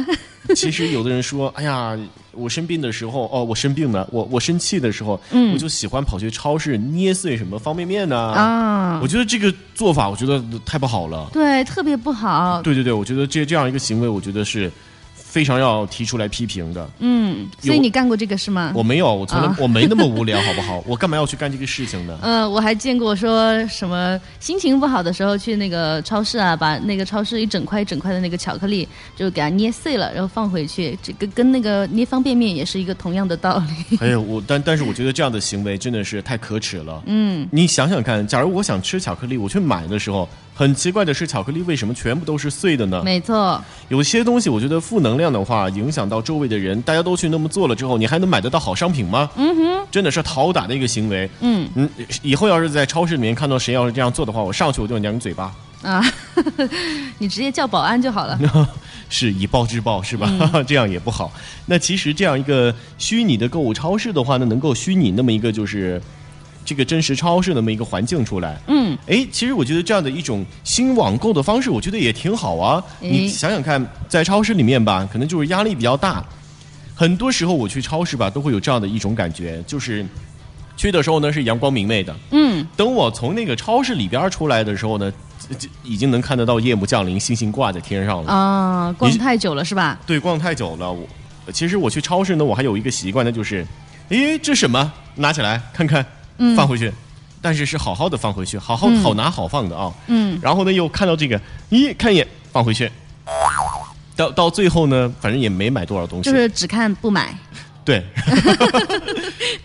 Speaker 1: 其实有的人说，哎呀，我生病的时候，哦，我生病了，我我生气的时候，
Speaker 4: 嗯，
Speaker 1: 我就喜欢跑去超市捏碎什么方便面呢、
Speaker 4: 啊。
Speaker 1: 啊，我觉得这个做法，我觉得太不好了。
Speaker 4: 对，特别不好。
Speaker 1: 对对对，我觉得这这样一个行为，我觉得是。非常要提出来批评的，
Speaker 4: 嗯，啊所以你干过这个是吗？
Speaker 1: 我没有，我从来、哦、我没那么无聊，好不好？ <laughs> 我干嘛要去干这个事情
Speaker 4: <laughs>
Speaker 1: 呢？
Speaker 4: 嗯、呃，我还见过说什么心情不好的时候去那个超市啊，把那个超市一整块一整块的那个巧克力就给它捏碎了，然后放回去，这个跟那个捏方便面也是一个同样的道理。
Speaker 1: 哎呀，我但但是我觉得这样的行为真的是太可耻了。
Speaker 4: 嗯，
Speaker 1: 你想想看，假如我想吃巧克力，我去买的时候。很奇怪的是，巧克力为什么全部都是碎的呢？
Speaker 4: 没错，
Speaker 1: 有些东西我觉得负能量的话，影响到周围的人，大家都去那么做了之后，你还能买得到好商品吗？
Speaker 4: 嗯哼，
Speaker 1: 真的是讨打的一个行为。
Speaker 4: 嗯
Speaker 1: 嗯，以后要是在超市里面看到谁要是这样做的话，我上去我就两嘴巴。
Speaker 4: 啊，你直接叫保安就好了。
Speaker 1: <laughs> 是以暴制暴，是吧？嗯、 <laughs> 这样也不好。那其实这样一个虚拟的购物超市的话呢，能够虚拟那么一个就是。这个真实超市那么一个环境出来，
Speaker 4: 嗯，
Speaker 1: 哎，其实我觉得这样的一种新网购的方式，我觉得也挺好啊。你想想看，在超市里面吧，可能就是压力比较大，很多时候我去超市吧，都会有这样的一种感觉，就是去的时候呢是阳光明媚的，
Speaker 4: 嗯，
Speaker 1: 等我从那个超市里边出来的时候呢，已经能看得到夜幕降临，星星挂在天上了。
Speaker 4: 啊、哦，逛太久了是吧？
Speaker 1: 对，逛太久了。我其实我去超市呢，我还有一个习惯，那就是，哎，这什么？拿起来看看。
Speaker 4: 嗯、
Speaker 1: 放回去，但是是好好的放回去，好好、
Speaker 4: 嗯、
Speaker 1: 好拿好放的啊。
Speaker 4: 嗯。
Speaker 1: 然后呢，又看到这个，咦，看一眼，放回去。到到最后呢，反正也没买多少东西。
Speaker 4: 就是只看不买。
Speaker 1: 对。 <laughs>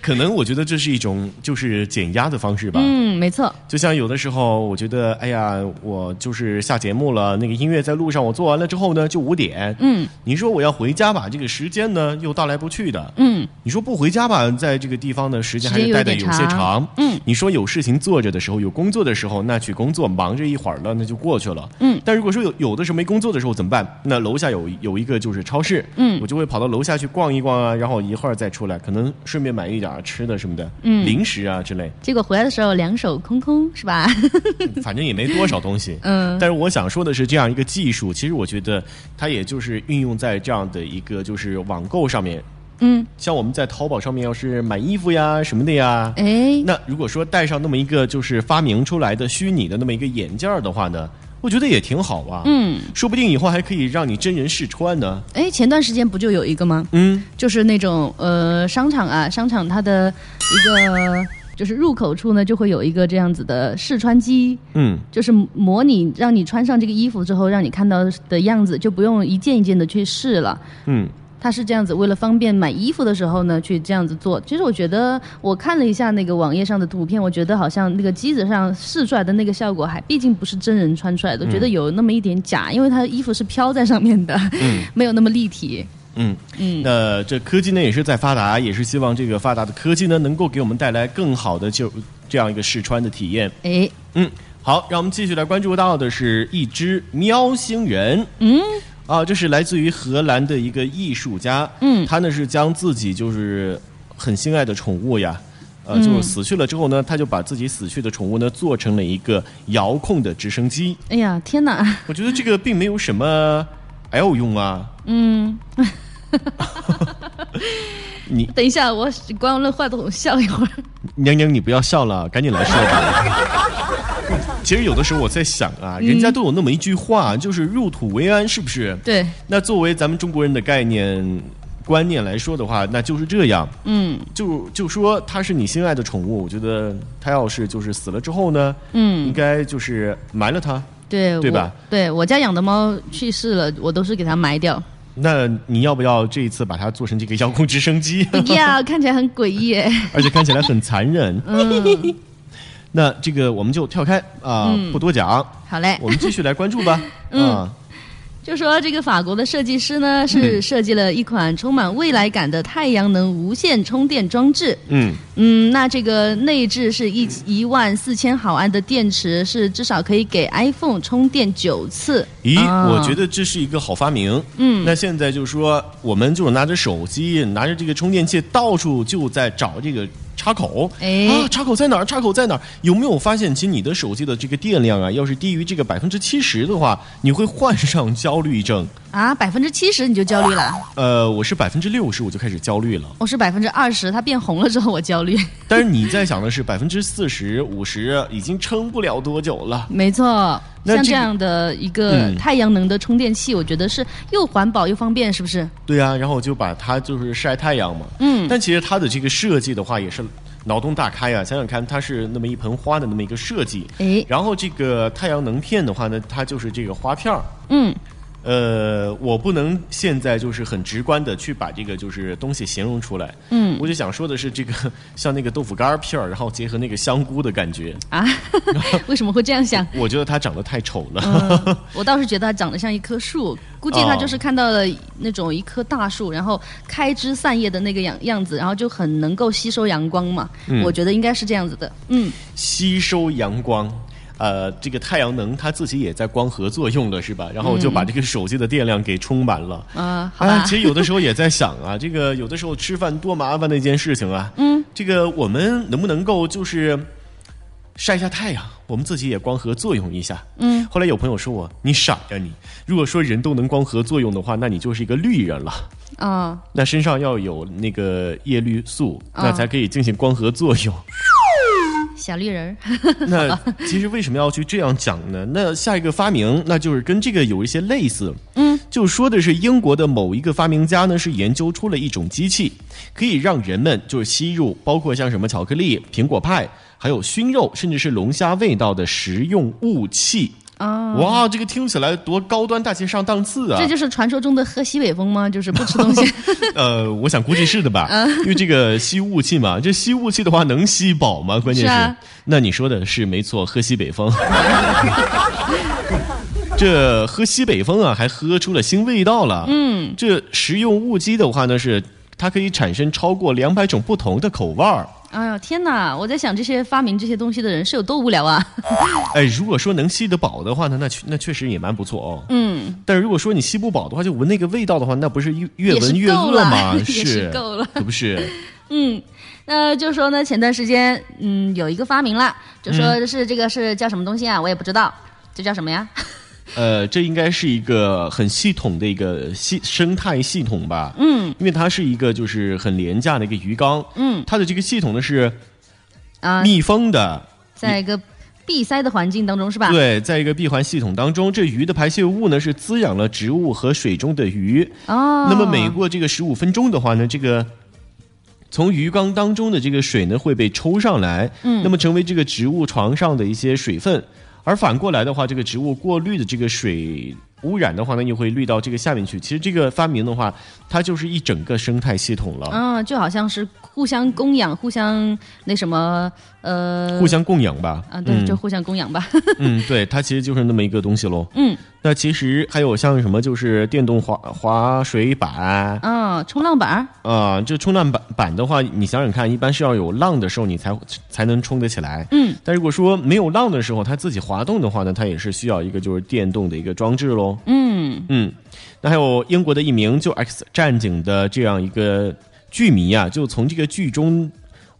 Speaker 1: 可能我觉得这是一种就是减压的方式吧。
Speaker 4: 嗯，没错。
Speaker 1: 就像有的时候，我觉得，哎呀，我就是下节目了，那个音乐在路上，我做完了之后呢，就五点。
Speaker 4: 嗯。
Speaker 1: 你说我要回家吧，这个时间呢又到来不去的。
Speaker 4: 嗯。
Speaker 1: 你说不回家吧，在这个地方呢，时间还是待的有些长。
Speaker 4: 嗯。
Speaker 1: 你说有事情做着的时候，有工作的时候，那去工作忙着一会儿了，那就过去了。
Speaker 4: 嗯。
Speaker 1: 但如果说有有的时候没工作的时候怎么办？那楼下有有一个就是超市。
Speaker 4: 嗯。
Speaker 1: 我就会跑到楼下去逛一逛啊，然后一会儿再出来，可能顺便买一。一点吃的什么的，
Speaker 4: 嗯，
Speaker 1: 零食啊之类。
Speaker 4: 结果回来的时候两手空空，是吧？ <laughs>
Speaker 1: 反正也没多少东西，
Speaker 4: 嗯。
Speaker 1: 但是我想说的是，这样一个技术，其实我觉得它也就是运用在这样的一个就是网购上面，
Speaker 4: 嗯。
Speaker 1: 像我们在淘宝上面要是买衣服呀什么的呀，
Speaker 4: 哎，
Speaker 1: 那如果说戴上那么一个就是发明出来的虚拟的那么一个眼镜的话呢？我觉得也挺好啊，
Speaker 4: 嗯，
Speaker 1: 说不定以后还可以让你真人试穿呢。
Speaker 4: 哎，前段时间不就有一个吗？
Speaker 1: 嗯，
Speaker 4: 就是那种呃商场啊，商场它的一个就是入口处呢，就会有一个这样子的试穿机，
Speaker 1: 嗯，
Speaker 4: 就是模拟让你穿上这个衣服之后，让你看到的样子，就不用一件一件的去试了，
Speaker 1: 嗯。
Speaker 4: 他是这样子，为了方便买衣服的时候呢，去这样子做。其实我觉得，我看了一下那个网页上的图片，我觉得好像那个机子上试出来的那个效果还，还毕竟不是真人穿出来的，
Speaker 1: 嗯、
Speaker 4: 觉得有那么一点假，因为它衣服是飘在上面的，
Speaker 1: 嗯、
Speaker 4: <laughs> 没有那么立体。
Speaker 1: 嗯嗯，那这科技呢也是在发达，也是希望这个发达的科技呢，能够给我们带来更好的就这样一个试穿的体验。
Speaker 4: 哎，
Speaker 1: 嗯，好，让我们继续来关注到的是一只喵星人。
Speaker 4: 嗯。
Speaker 1: 啊，这是来自于荷兰的一个艺术家，
Speaker 4: 嗯，
Speaker 1: 他呢是将自己就是很心爱的宠物呀，呃，
Speaker 4: 嗯、
Speaker 1: 就是死去了之后呢，他就把自己死去的宠物呢做成了一个遥控的直升机。
Speaker 4: 哎呀，天哪！ <laughs>
Speaker 1: 我觉得这个并没有什么 L 用啊。
Speaker 4: 嗯。
Speaker 1: 你
Speaker 4: 等一下，我关了话筒笑一会儿。
Speaker 1: 娘娘，你不要笑了，赶紧来说吧。 <laughs> 其实有的时候我在想啊，人家都有那么一句话，就是入土为安，是不是？
Speaker 4: 对。
Speaker 1: 那作为咱们中国人的概念观念来说的话，那就是这样。
Speaker 4: 嗯。
Speaker 1: 就就说它是你心爱的宠物，我觉得它要是就是死了之后呢，
Speaker 4: 嗯，
Speaker 1: 应该就是埋了它。
Speaker 4: 对。
Speaker 1: 对吧？
Speaker 4: 对我家养的猫去世了，我都是给它埋掉。
Speaker 1: 那你要不要这一次把它做成这个遥控直升
Speaker 4: <laughs>
Speaker 1: 机？
Speaker 4: 不要，看起来很诡异，
Speaker 1: <laughs> 而且看起来很残忍。
Speaker 4: 嗯，
Speaker 1: <laughs> 那这个我们就跳开啊，呃
Speaker 4: 嗯
Speaker 1: 不多讲。
Speaker 4: 好嘞
Speaker 1: 我们继续来关注吧。
Speaker 4: 嗯
Speaker 1: 啊
Speaker 4: 就说这个法国的设计师
Speaker 1: 嗯
Speaker 4: 呢，是设计了一款充满未来感的太阳能无线充电装置。
Speaker 1: 嗯
Speaker 4: 嗯，那这个内置是一一万四千毫安的电池，是至少可以给 iPhone 充电九次。
Speaker 1: 咦，
Speaker 4: 啊
Speaker 1: 我觉得这是一个好发明。
Speaker 4: 嗯
Speaker 1: 那现在就是说，我们就是拿着手机，拿着这个充电器，到处就在找这个插口。
Speaker 4: 哎
Speaker 1: 啊，插口在哪儿？插口在哪儿？有没有发现，其实你的手机的这个电量啊，要是低于这个百分之七十的话，你会患上焦虑症。
Speaker 4: 啊，百分之七十你就焦虑了，
Speaker 1: 呃，我是百分之六十，我就开始焦虑了。
Speaker 4: 我是百分之二十，它变红了之后我焦
Speaker 1: <laughs>
Speaker 4: 虑。
Speaker 1: 但是你在想的是百分之四十五十，已经撑不了多久了。
Speaker 4: 没错，
Speaker 1: 那这
Speaker 4: 像这
Speaker 1: 个
Speaker 4: 样的一个
Speaker 1: 嗯
Speaker 4: 太阳能的充电器，我觉得是又环保又方便，是不是？
Speaker 1: 对啊，然后我就把它就是晒太阳嘛。
Speaker 4: 嗯
Speaker 1: 但其实它的这个设计的话，也是脑洞大开啊！想想看，它是那么一盆花的那么一个设计，
Speaker 4: 哎，
Speaker 1: 然后这个太阳能片的话呢，它就是这个花片儿。
Speaker 4: 嗯，
Speaker 1: 呃，我不能现在就是很直观的去把这个就是东西形容出来。
Speaker 4: 嗯
Speaker 1: 我就想说的是，这个像那个豆腐干儿片儿，然后结合那个香菇的感觉，
Speaker 4: 啊， <laughs> 为什么会这样想？
Speaker 1: 我觉得它长得太丑了。
Speaker 4: 嗯我倒是觉得它长得像一棵树，估计它
Speaker 1: 哦
Speaker 4: 就是看到了那种一棵大树，然后开枝散叶的那个样样子，然后就很能够吸收阳光嘛。
Speaker 1: 嗯
Speaker 4: 我觉得应该是这样子的。嗯，
Speaker 1: 吸收阳光。呃，这个太阳能它自己也在光合作用了，是吧？然后就把这个手机的电量给充满了。
Speaker 4: 啊、嗯，啊，
Speaker 1: 其实有的时候也在想啊，这个有的时候吃饭多麻烦的一件事情啊。
Speaker 4: 嗯，
Speaker 1: 这个我们能不能够就是晒一下太阳？我们自己也光合作用一下。
Speaker 4: 嗯，
Speaker 1: 后来有朋友说我，你傻呀你！如果说人都能光合作用的话，那你就是一个绿人了。
Speaker 4: 啊、哦，
Speaker 1: 那身上要有那个叶绿素，哦、那才可以进行光合作用。
Speaker 4: 小绿人
Speaker 1: 儿，那其实为什么要去这样讲呢？那下一个发明，那就是跟这个有一些类似。
Speaker 4: 嗯，
Speaker 1: 就说的是英国的某一个发明家呢，是研究出了一种机器，可以让人们就是吸入包括像什么巧克力、苹果派，还有熏肉，甚至是龙虾味道的食用雾气。
Speaker 4: 啊、
Speaker 1: 哦，哇，这个听起来多高端大气上档次啊！
Speaker 4: <laughs> 这就是传说中的喝西北风吗？就是不吃东 <laughs> 西。
Speaker 1: 呃，我想估计是的吧，
Speaker 4: 嗯
Speaker 1: 因为这个吸雾气嘛，这吸雾气的话能吸饱吗？关键是，
Speaker 4: 是啊、
Speaker 1: 那你说的是没错，喝西北风。 <laughs> 这喝西北风啊，还喝出了新味道了。
Speaker 4: 嗯，
Speaker 1: 这食用雾鸡的话呢，是它可以产生超过两百种不同的口味儿。
Speaker 4: 哎呦天哪！我在想这些发明这些东西的人是有多无聊啊！
Speaker 1: 哎，如果说能吸得饱的话呢，那确那确实也蛮不错哦。
Speaker 4: 嗯，
Speaker 1: 但如果说你吸不饱的话，就闻那个味道的话，那不是越越闻越饿吗？
Speaker 4: 是够了，
Speaker 1: 可不是。
Speaker 4: 嗯，那就说呢，前段时间嗯有一个发明啦，就
Speaker 1: 嗯
Speaker 4: 说是这个是叫什么东西啊？我也不知道，这叫什么呀？
Speaker 1: 呃，这应该是一个很系统的一个系生态系统吧？
Speaker 4: 嗯，
Speaker 1: 因为它是一个就是很廉价的一个鱼缸。
Speaker 4: 嗯，
Speaker 1: 它的这个系统呢是
Speaker 4: 啊
Speaker 1: 密封的，
Speaker 4: 在一个闭塞的环境当中是吧？
Speaker 1: 对，在一个闭环系统当中，这鱼的排泄物呢是滋养了植物和水中的鱼。
Speaker 4: 哦，
Speaker 1: 那么每过这个十五分钟的话呢，这个。从鱼缸当中的这个水呢会被抽上来，
Speaker 4: 嗯，
Speaker 1: 那么成为这个植物床上的一些水分。而反过来的话，这个植物过滤的这个水污染的话呢，又会滤到这个下面去。其实这个发明的话，它就是一整个生态系统了。
Speaker 4: 嗯、啊，就好像是互相供养、互相那什么，呃，
Speaker 1: 互相供养吧。
Speaker 4: 啊，对，嗯、就互相供养吧。 <laughs>
Speaker 1: 嗯，对，它其实就是那么一个东西喽。
Speaker 4: 嗯，
Speaker 1: 那其实还有像什么，就是电动滑滑水板
Speaker 4: 啊，冲浪板啊、
Speaker 1: 呃，这冲浪板板的话，你想想看，一般是要有浪的时候你才才能冲得起来。
Speaker 4: 嗯，
Speaker 1: 但如果说没有浪的时候，它自己滑动的话呢，它也是需要一个就是电动的一个装置喽。
Speaker 4: 嗯
Speaker 1: 嗯，那还有英国的一名就《X 战警》的这样一个剧迷啊，就从这个剧中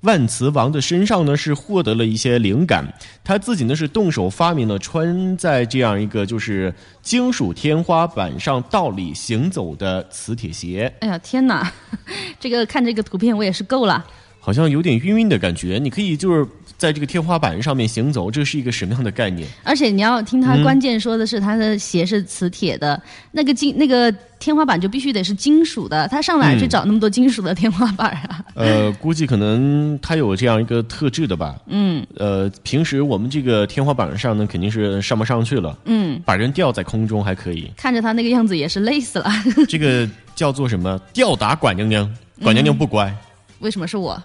Speaker 1: 万磁王的身上呢是获得了一些灵感，他自己呢是动手发明了穿在这样一个就是金属天花板上倒立行走的磁铁鞋。
Speaker 4: 哎呀天哪， <laughs> 这个看这个图片我也是够了。
Speaker 1: 好像有点晕晕的感觉，你可以就是在这个天花板上面行走，这是一个什么样的概念？
Speaker 4: 而且你要听
Speaker 1: 嗯
Speaker 4: 他关键说的是，他的鞋是磁铁的，嗯、那个金那个天花板就必须得是金属的，他上哪去找那么多金属的天花板啊？ <laughs>
Speaker 1: 嗯、呃，估计可能他有这样一个特质的吧。
Speaker 4: 嗯。
Speaker 1: 呃，平时我们这个天花板上呢，肯定是上不上去了。
Speaker 4: 嗯。
Speaker 1: 把人吊在空中还可以。
Speaker 4: 看着他那个样子也是累死了。 <laughs>
Speaker 1: 这个叫做什么？ <laughs> 吊打管娘娘，管娘娘不乖。嗯
Speaker 4: 为什么是我？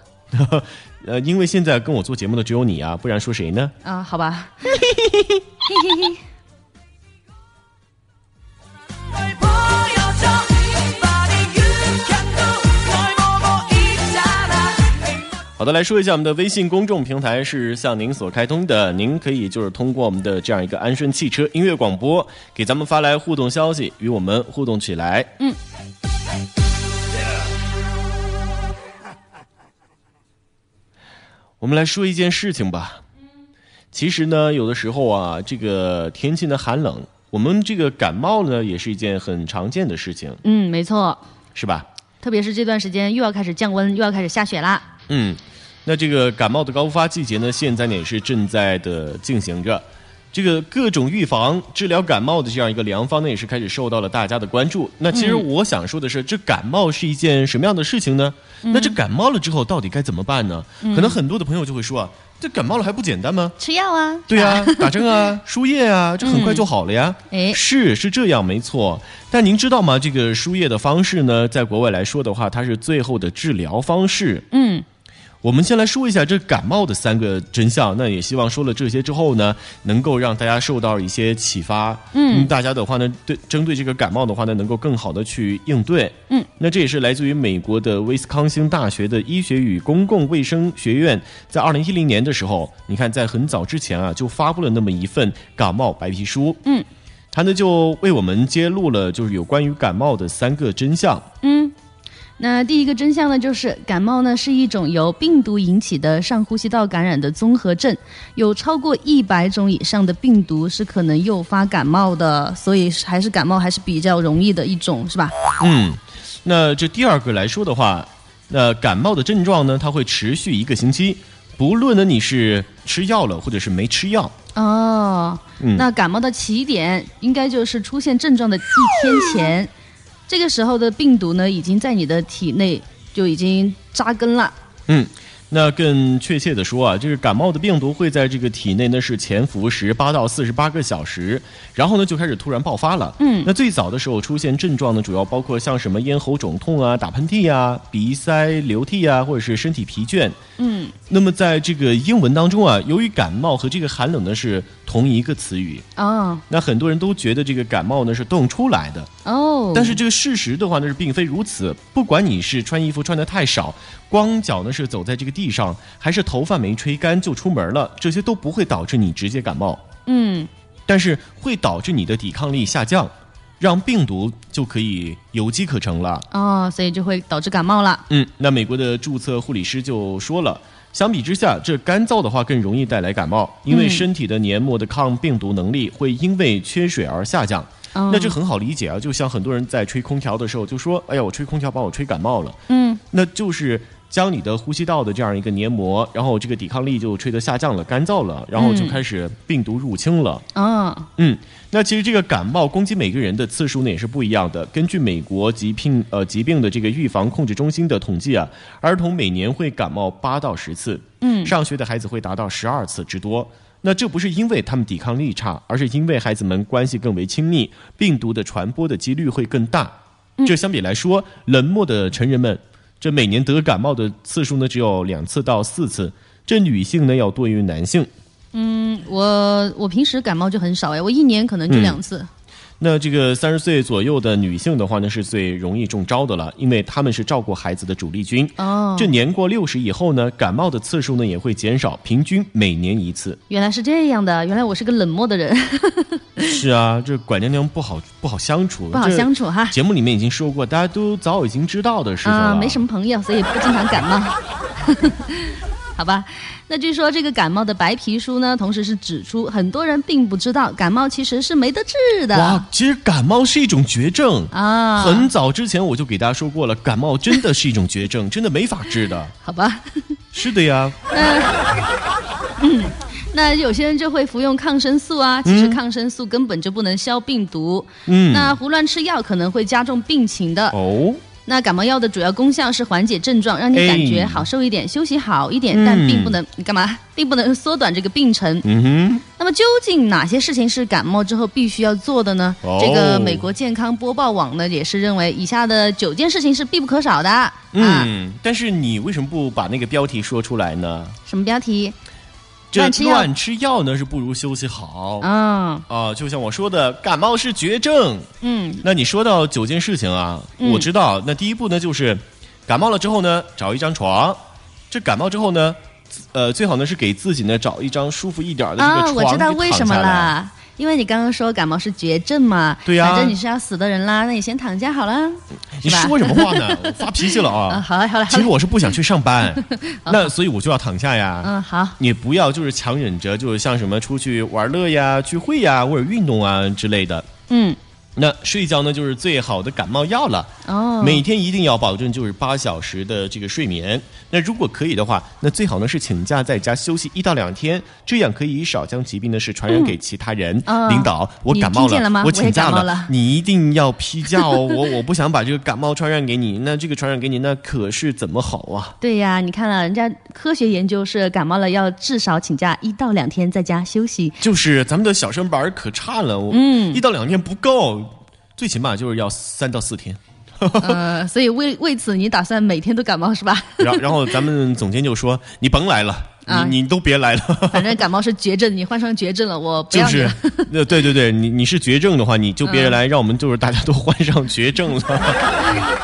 Speaker 1: 呃，因为现在跟我做节目的只有你啊，不然说谁呢？
Speaker 4: 啊，好吧。
Speaker 1: 好的，来说一下我们的微信公众平台是向您所开通的，您可以就是通过我们的这样一个安顺汽车音乐广播，给咱们发来互动消息，与我们互动起来。
Speaker 4: 嗯。
Speaker 1: <laughs> 我们来说一件事情吧。其实呢，有的时候啊，这个天气的寒冷，我们这个感冒呢，也是一件很常见的事情。
Speaker 4: 嗯，没错，
Speaker 1: 是吧？
Speaker 4: 特别是这段时间又要开始降温，又要开始下雪啦。
Speaker 1: 嗯，那这个感冒的高发季节呢，现在呢也是正在的进行着。这个各种预防、治疗感冒的这样一个良方呢，也是开始受到了大家的关注。那其实我想说的是，嗯、这感冒是一件什么样的事情呢？嗯、那这感冒了之后到底该怎么办呢？嗯、可能很多的朋友就会说啊，这感冒了还不简单吗？
Speaker 4: 吃药啊，
Speaker 1: 对 <laughs> 啊，打针啊，输液啊，这很快就好了呀。
Speaker 4: 哎，
Speaker 1: 是是这样没错。但您知道吗？这个输液的方式呢，在国外来说的话，它是最后的治疗方式。
Speaker 4: 嗯。
Speaker 1: 我们先来说一下这感冒的三个真相。那也希望说了这些之后呢，能够让大家受到一些启发。嗯，大家的话呢，对针对这个感冒的话呢，能够更好的去应对。嗯，那这也是来自于美国的威斯康星大学的医学与公共卫生学院，在二零一零年的时候，你看在很早之前啊，就发布了那么一份感冒白皮书。嗯，它呢就为我们揭露了就是有关于感冒的三个真相。
Speaker 4: 嗯。那第一个真相呢，就是感冒呢是一种由病毒引起的上呼吸道感染的综合症，有超过一百种以上的病毒是可能诱发感冒的，所以还是感冒还是比较容易的一种，是吧？
Speaker 1: 嗯，那这第二个来说的话，那感冒的症状呢，它会持续一个星期，不论呢你是吃药了或者是没吃药。
Speaker 4: 哦，嗯、那感冒的起点应该就是出现症状的一天前。这个时候的病毒呢，已经在你的体内就已经扎根了。
Speaker 1: 嗯，那更确切的说啊，这个感冒的病毒会在这个体内呢是潜伏十八到四十八个小时，然后呢就开始突然爆发了。嗯，那最早的时候出现症状呢，主要包括像什么咽喉肿痛啊、打喷嚏啊、鼻塞、流涕啊，或者是身体疲倦。嗯，那么在这个英文当中啊，由于感冒和这个寒冷呢是同一个词语哦，那很多人都觉得这个感冒呢是冻出来的。
Speaker 4: 嗯
Speaker 1: 哦，但是这个事实的话呢是并非如此。不管你是穿衣服穿的太少，光脚呢是走在这个地上，还是头发没吹干就出门了，这些都不会导致你直接感冒。嗯，但是会导致你的抵抗力下降，让病毒就可以有机可乘了。
Speaker 4: 哦，所以就会导致感冒了。
Speaker 1: 嗯，那美国的注册护理师就说了。相比之下，这干燥的话更容易带来感冒，因为身体的黏膜的抗病毒能力会因为缺水而下降。嗯、那这很好理解啊，就像很多人在吹空调的时候就说：“哎呀，我吹空调把我吹感冒了。”嗯，那就是将你的呼吸道的这样一个黏膜，然后这个抵抗力就吹得下降了，干燥了，然后就开始病毒入侵了。嗯、哦、嗯，那其实这个感冒攻击每个人的次数呢也是不一样的。根据美国疾病呃疾病的这个预防控制中心的统计啊，儿童每年会感冒八到十次。嗯，上学的孩子会达到十二次之多。那这不是因为他们抵抗力差，而是因为孩子们关系更为亲密，病毒的传播的几率会更大。这相比来说，冷漠的成人们，这每年得感冒的次数呢只有两次到四次，这女性呢要多于男性。
Speaker 4: 嗯，我我平时感冒就很少哎，我一年可能就两次。嗯
Speaker 1: 那这个三十岁左右的女性的话呢，是最容易中招的了，因为她们是照顾孩子的主力军。哦，这年过六十以后呢，感冒的次数呢也会减少，平均每年一
Speaker 4: <laughs>
Speaker 1: 次。
Speaker 4: 原来是这样的，原来我是个冷漠的人。 <laughs>
Speaker 1: 是啊，这管家娘不好不好相处，
Speaker 4: 不好相处哈。
Speaker 1: 节目里面已经说过，大家都早已经知道的事情了。啊、
Speaker 4: 没什么朋友，所以不经常感冒。 <laughs> 好吧，那据说这个感冒的白皮书呢，同时是指出很多人并不知道感冒其实是没得治的。
Speaker 1: 哇，其实感冒是一种绝症啊！很早之前我就给大家说过了，感冒真的是一种绝症，真的没法治的。
Speaker 4: 好吧， <laughs>
Speaker 1: 是的呀。
Speaker 4: 那嗯，那有些人就会服用抗生素啊，其实抗生素根本就不能消病毒。嗯， <laughs> 那胡乱吃药可能会加重病情的。哦。那感冒药的主要功效是缓解症状，让你感觉好受一点，哎、休息好一点，但并不能、嗯、干嘛，并不能缩短这个病程。嗯哼。那么究竟哪些事情是感冒之后必须要做的呢？哦、这个美国健康播报网呢也是认为以下的九件事情是必不可少的。
Speaker 1: 嗯，啊、但是你为什么不把那个标题说出来呢？
Speaker 4: 什么标题？
Speaker 1: 这乱吃药呢是不如休息好啊啊、呃！就像我说的，感冒是绝症。嗯，那你说到九件事情啊，嗯、我知道。那第一步呢，就是感冒了之后呢，找一张床。这感冒之后呢，呃，最好呢是给自己呢找一张舒服一点的这个床。啊，
Speaker 4: 我知道为什么了，因为你刚刚说感冒是绝症嘛。
Speaker 1: 对呀、啊，
Speaker 4: 反正你是要死的人啦，那你先躺下好了。
Speaker 1: 你说什么话呢？我发脾气了啊！
Speaker 4: <laughs> 啊好了好了，
Speaker 1: 其实我是不想去上
Speaker 4: <laughs>
Speaker 1: 班，那所以我就要躺下呀。
Speaker 4: 嗯，好。
Speaker 1: 你不要就是强忍着，就是像什么出去玩乐呀、聚会呀或者运动啊之类的。嗯。那睡觉呢，就是最好的感冒药了。哦。每天一定要保证就是八小时的这个睡眠。那如果可以的话，那最好呢是请假在家休息一到两天，这样可以少将疾病呢是传染给其他人。嗯、领导，我感冒了，
Speaker 4: 了
Speaker 1: 我请假
Speaker 4: 了，了
Speaker 1: 你一定要 <laughs> 批假哦。我我不想把这个感冒传染给你，那这个传染给你，那可是怎么好啊？
Speaker 4: 对呀、啊，你看了、啊、人家科学研究是感冒了要至少请假一到两天在家休息。
Speaker 1: 就是咱们的小身板可差了，嗯，一到两天不够。最起码就是要三到四天，
Speaker 4: <laughs> 呃，所以为为此你打算每天都感冒是 <laughs> 吧？
Speaker 1: 然然后咱们总监就说：“你甭来了，
Speaker 4: 啊
Speaker 1: 你你都别来了。
Speaker 4: 反正感冒是绝症，你患上绝症了，我” <laughs> 不
Speaker 1: 就
Speaker 4: 要你嗯
Speaker 1: 是
Speaker 4: 了。，
Speaker 1: 呃 <laughs> 对对对，你你是绝症的话，你就别来，让我们就是大家都患上绝症了。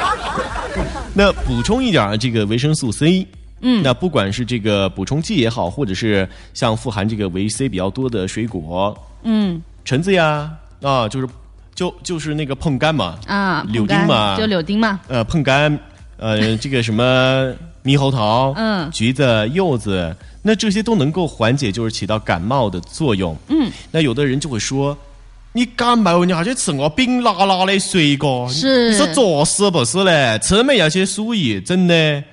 Speaker 1: <laughs> 那补充一点啊，这个维生素 C。
Speaker 4: 嗯
Speaker 1: 那不管是这个补充剂也好，或者是像富含这个维 C 比较多的水果，
Speaker 4: 嗯
Speaker 1: 橙子呀，啊，就是就就是那个碰柑嘛，
Speaker 4: 啊，
Speaker 1: 柳
Speaker 4: 碰柑
Speaker 1: 丁嘛
Speaker 4: 就柳丁嘛，
Speaker 1: 呃，碰柑，呃，这个什么猕猴桃，
Speaker 4: 嗯
Speaker 1: 橘子、柚子，那这些都能够缓解，就是起到感冒的作用。
Speaker 4: 嗯，
Speaker 1: 那有的人就会说，你感冒你还去吃我冰辣辣的水果，你
Speaker 4: 是
Speaker 1: 你是作是不是嘞？吃没有些输赢，真的。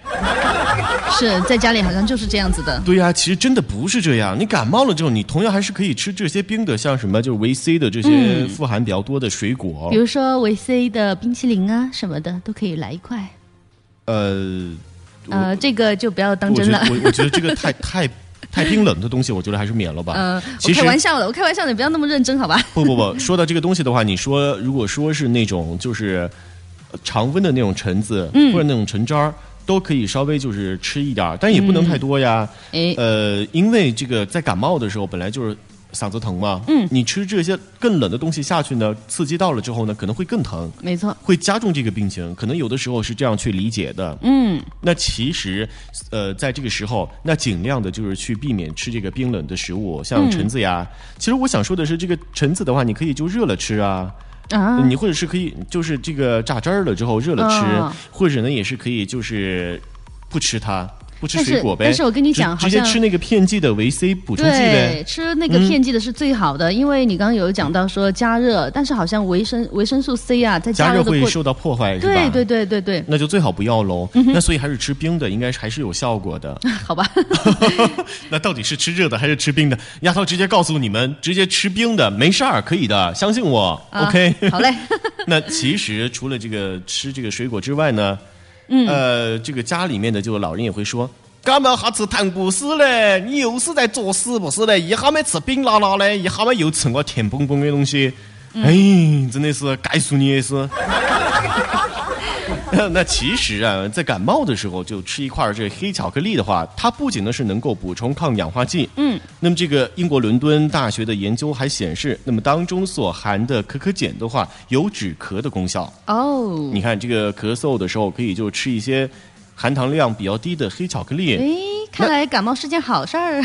Speaker 4: 是在家里好像就是这样子的。
Speaker 1: 对呀、其实真的不是这样。你感冒了之后，你同样还是可以吃这些冰的，像什么就是维 C 的这些
Speaker 4: 嗯
Speaker 1: 富含比较多的水果。
Speaker 4: 比如说维 C 的冰淇淋啊什么的都可以来一块，
Speaker 1: 呃，
Speaker 4: 呃，这个就不要当
Speaker 1: 我觉
Speaker 4: <laughs> 真
Speaker 1: 得
Speaker 4: 了。
Speaker 1: 我我觉得这个太 <laughs> 太太冰冷的东西，我觉得还是免了吧。
Speaker 4: 呃，我
Speaker 1: 其实
Speaker 4: 开玩笑的，我开玩笑的，不要那么认真好吧？
Speaker 1: 不不不，说到这个东西的话，你说如果说是那种就是呃常温的那种橙子，
Speaker 4: 嗯
Speaker 1: 或者那种橙汁儿。都可以稍微就是吃一点儿，但也
Speaker 4: 嗯
Speaker 1: 不能太多呀。
Speaker 4: 哎
Speaker 1: 呃，因为这个在感冒的时候本来就是嗓子疼嘛，
Speaker 4: 嗯
Speaker 1: 你吃这些更冷的东西下去呢，刺激到了之后呢，可能会更疼，
Speaker 4: 没错，
Speaker 1: 会加重这个病情。可能有的时候是这样去理解的。
Speaker 4: 嗯，
Speaker 1: 那其实，呃，在这个时候，那尽量的就是去避免吃这个冰冷的食物，像
Speaker 4: 嗯
Speaker 1: 橙子呀。其实我想说的是，这个橙子的话，你可以就热了吃啊。
Speaker 4: 啊，
Speaker 1: 你或者是可以就是这个榨汁儿了之后热了吃，
Speaker 4: 哦
Speaker 1: 或者呢也是可以就是不吃它，不吃
Speaker 4: 但是
Speaker 1: 水果呗。
Speaker 4: 但是我跟你讲
Speaker 1: 直
Speaker 4: 好
Speaker 1: 直接
Speaker 4: 像
Speaker 1: 吃那个片剂的维 C 补充剂
Speaker 4: 对
Speaker 1: 呗，。
Speaker 4: 吃那个
Speaker 1: 嗯
Speaker 4: 片剂的是最好的，因为你刚刚有讲到说加热，但是好像维生维生素 C 啊，在
Speaker 1: 加
Speaker 4: 热
Speaker 1: 热
Speaker 4: 的
Speaker 1: 会
Speaker 4: 过
Speaker 1: 受到破坏，是吧？
Speaker 4: 对对对对对， <laughs>
Speaker 1: 那就最好不要喽。
Speaker 4: 嗯哼
Speaker 1: 那所以还是吃冰的，应该是还是有效果的。
Speaker 4: 好
Speaker 1: <laughs>
Speaker 4: 吧，
Speaker 1: 那到底是吃热的还是吃冰的？丫头直接告诉你们，直接吃冰的没事儿，可以的，相信我。
Speaker 4: 啊
Speaker 1: OK，
Speaker 4: 好嘞。
Speaker 1: <laughs> 那其实除了这个吃这个水果之外呢，
Speaker 4: 嗯
Speaker 1: 呃，这个家里面的就老人也会说。干嘛还吃糖果丝嘞？你又是在作死不是嘞？一下没吃冰啦啦嘞，一下没又吃我甜蹦蹦的东西，
Speaker 4: 嗯
Speaker 1: 哎，真的是该死你也是。 <laughs> 那其实啊，在感冒的时候就吃一块儿这黑巧克力的话，它不仅呢是能够补充抗氧化剂，
Speaker 4: 嗯，
Speaker 1: 那么这个英国伦敦大学的研究还显示，那么当中所含的可可碱的话，有止咳的功效。
Speaker 4: 哦，
Speaker 1: 你看这个咳嗽的时候，可以就吃一些含糖量比较低的黑巧克力，
Speaker 4: 诶，哎看来感冒是件好事儿，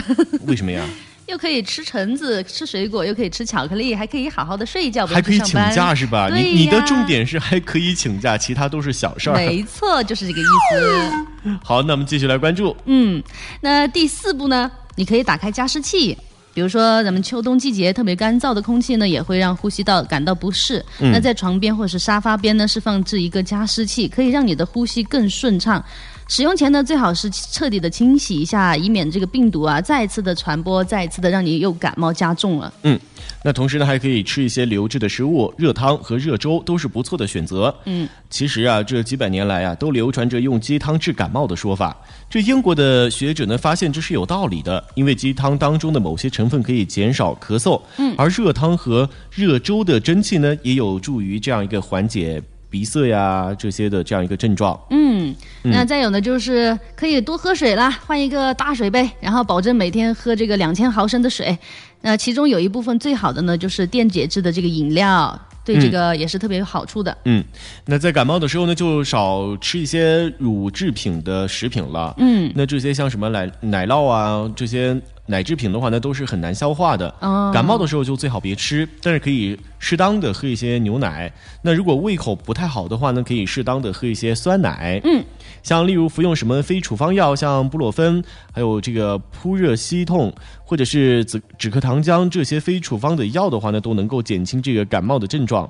Speaker 1: 为
Speaker 4: <laughs>
Speaker 1: 什么呀？
Speaker 4: 又可以吃橙子、吃水果，又可以吃巧克力，还可以好好的睡一觉，不
Speaker 1: 还
Speaker 4: 用
Speaker 1: 可
Speaker 4: 去
Speaker 1: 以
Speaker 4: 上
Speaker 1: 请
Speaker 4: 班
Speaker 1: 假是吧？
Speaker 4: 对
Speaker 1: 你
Speaker 4: 呀
Speaker 1: 你的重点是还可以请假，其他都是小事儿。
Speaker 4: 没错，就是这个意思。
Speaker 1: 好，那我们继续来关注。
Speaker 4: 嗯，那第四步呢，你可以打开加湿器。比如说，咱们秋冬季节特别干燥的空气呢，也会让呼吸道感到不适。
Speaker 9: 嗯
Speaker 4: 那在床边或者是沙发边呢，是放置一个加湿器，可以让你的呼吸更顺畅。使用前呢，最好是彻底的清洗一下，以免这个病毒啊再次的传播，再次的让你又感冒加重了。
Speaker 1: 嗯，那同时呢，还可以吃一些流质的食物，热汤和热粥都是不错的选择。
Speaker 4: 嗯，
Speaker 1: 其实啊，这几百年来啊，都流传着用鸡汤治感冒的说法。这英国的学者呢，发现这是有道理的，因为鸡汤当中的某些成分可以减少咳嗽，
Speaker 11: 嗯
Speaker 1: 而热汤和热粥的蒸汽呢，也有助于这样一个缓解鼻塞呀这些的这样一个症状。
Speaker 4: 嗯，
Speaker 1: 嗯
Speaker 4: 那再有呢，就是可以多喝水啦，换一个大水杯，然后保证每天喝这个两千毫升的水。那其中有一部分最好的呢，就是电解质的这个饮料，对这个也是特别有好处的。
Speaker 1: 嗯，那在感冒的时候呢，就少吃一些乳制品的食品了。
Speaker 4: 嗯
Speaker 1: 那这些像什么奶奶酪啊，这些奶制品的话呢，都是很难消化的。
Speaker 4: 哦
Speaker 1: 感冒的时候就最好别吃，但是可以适当的喝一些牛奶。那如果胃口不太好的话呢，可以适当的喝一些酸奶。
Speaker 4: 嗯，
Speaker 1: 像例如服用什么非处方药，像布洛芬，还有这个扑热息痛，或者是止止咳糖浆这些非处方的药的话呢，都能够减轻这个感冒的症状。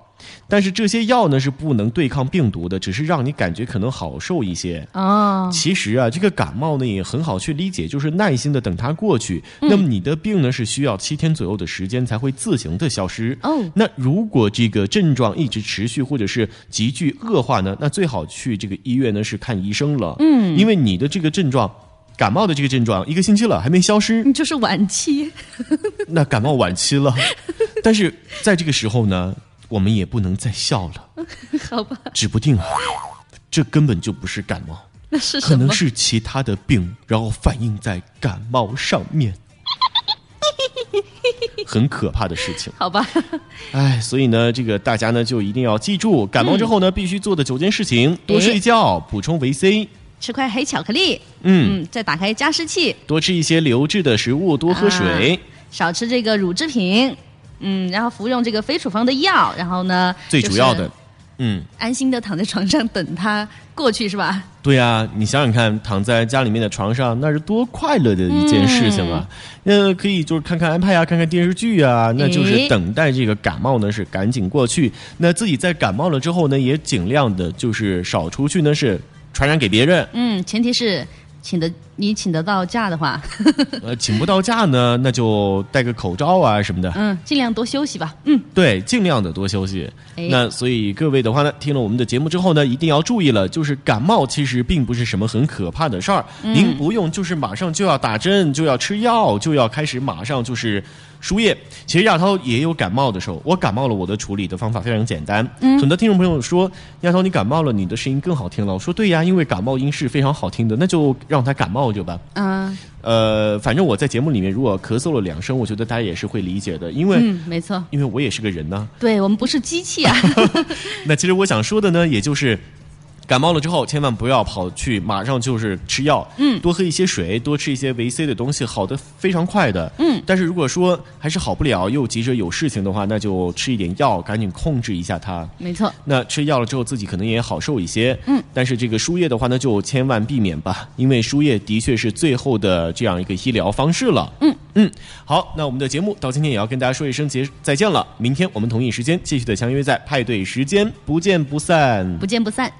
Speaker 1: 但是这些药呢是不能对抗病毒的，只是让你感觉可能好受一些。
Speaker 4: 哦，
Speaker 1: 其实啊，这个感冒呢也很好去理解，就是耐心的等它过去。
Speaker 4: 嗯
Speaker 1: 那么你的病呢是需要七天左右的时间才会自行的消失。
Speaker 4: 哦
Speaker 1: 那如果这个症状一直持续或者是急剧恶化呢，那最好去这个医院呢是看医生了。
Speaker 4: 嗯
Speaker 1: 因为你的这个症状。感冒的这个症状一个星期了还没消失，
Speaker 4: <laughs> 你就是晚期，
Speaker 1: 那感冒晚期了。但是在这个时候呢，我们也不能再笑了。
Speaker 4: <laughs> 好吧。
Speaker 1: 指不定啊，这根本就不是感冒，
Speaker 4: 那是
Speaker 1: 可能是其他的病，然后反映在感冒上
Speaker 4: <laughs>
Speaker 1: 面。很可怕的事情，
Speaker 4: 好吧？ <laughs>
Speaker 1: 哎，所以呢，这个大家呢就一定要记住，感冒之后呢、嗯、必须做的九件事情：多睡觉，补充维 C，
Speaker 4: 吃块黑巧克力，
Speaker 1: 嗯,
Speaker 4: 嗯，再打开加湿器，
Speaker 1: 多吃一些流质的食物，多喝水，
Speaker 4: 啊、少吃这个乳制品，嗯，然后服用这个非处方的药，然后呢，
Speaker 1: 最主要的。
Speaker 4: 就是
Speaker 1: 嗯，
Speaker 4: 安心的躺在床上等他过去是吧？
Speaker 1: 对呀、啊，你想想看，躺在家里面的床上，那是多快乐的一件事情啊！嗯、那可以就是看看 iPad 呀、啊，看看电视剧啊，那就是等待这个感冒呢是赶紧过去。那自己在感冒了之后呢，也尽量的就是少出去呢，是传染给别人。
Speaker 4: 嗯，前提是。请得你请得到假的话，
Speaker 1: 呃，请不到假呢，那就戴个口罩啊什么的。
Speaker 4: 嗯，尽量多休息吧。嗯，
Speaker 1: 对，尽量的多休息。哎、那所以各位的话呢，听了我们的节目之后呢，一定要注意了，就是感冒其实并不是什么很可怕的事儿，嗯、您不用就是马上就要打针，就要吃药，就要开始马上就是输液。其实亚涛也有感冒的时候，我感冒了，我的处理的方法非常简单。嗯，很多听众朋友说，亚涛你感冒了，你的声音更好听了。我说对呀，因为感冒音是非常好听的，那就。让他感冒就吧，
Speaker 4: 嗯，
Speaker 1: 呃，反正我在节目里面如果咳嗽了两声，我觉得大家也是会理解的，因为，
Speaker 4: 嗯，没错，
Speaker 1: 因为我也是个人呢、
Speaker 4: 啊，对我们不是机器啊。
Speaker 1: <laughs> 那其实我想说的呢，也就是。感冒了之后，千万不要跑去马上就是吃药，
Speaker 4: 嗯，
Speaker 1: 多喝一些水，多吃一些维 C 的东西，好的非常快的，
Speaker 4: 嗯。
Speaker 1: 但是如果说还是好不了，又急着有事情的话，那就吃一点药，赶紧控制一下它。
Speaker 4: <laughs> 没错。
Speaker 1: 那吃药了之后，自己可能也好受一些，
Speaker 4: 嗯。
Speaker 1: 但是这个输液的话呢，就千万避免吧，因为输液的确是最后的这样一个医疗方式了。
Speaker 4: 嗯
Speaker 1: 嗯。好，那我们的节目到今天也要跟大家说一声节再见了。明天我们同一时间继续的相约在派对时间，不见不散。
Speaker 4: 不见不散。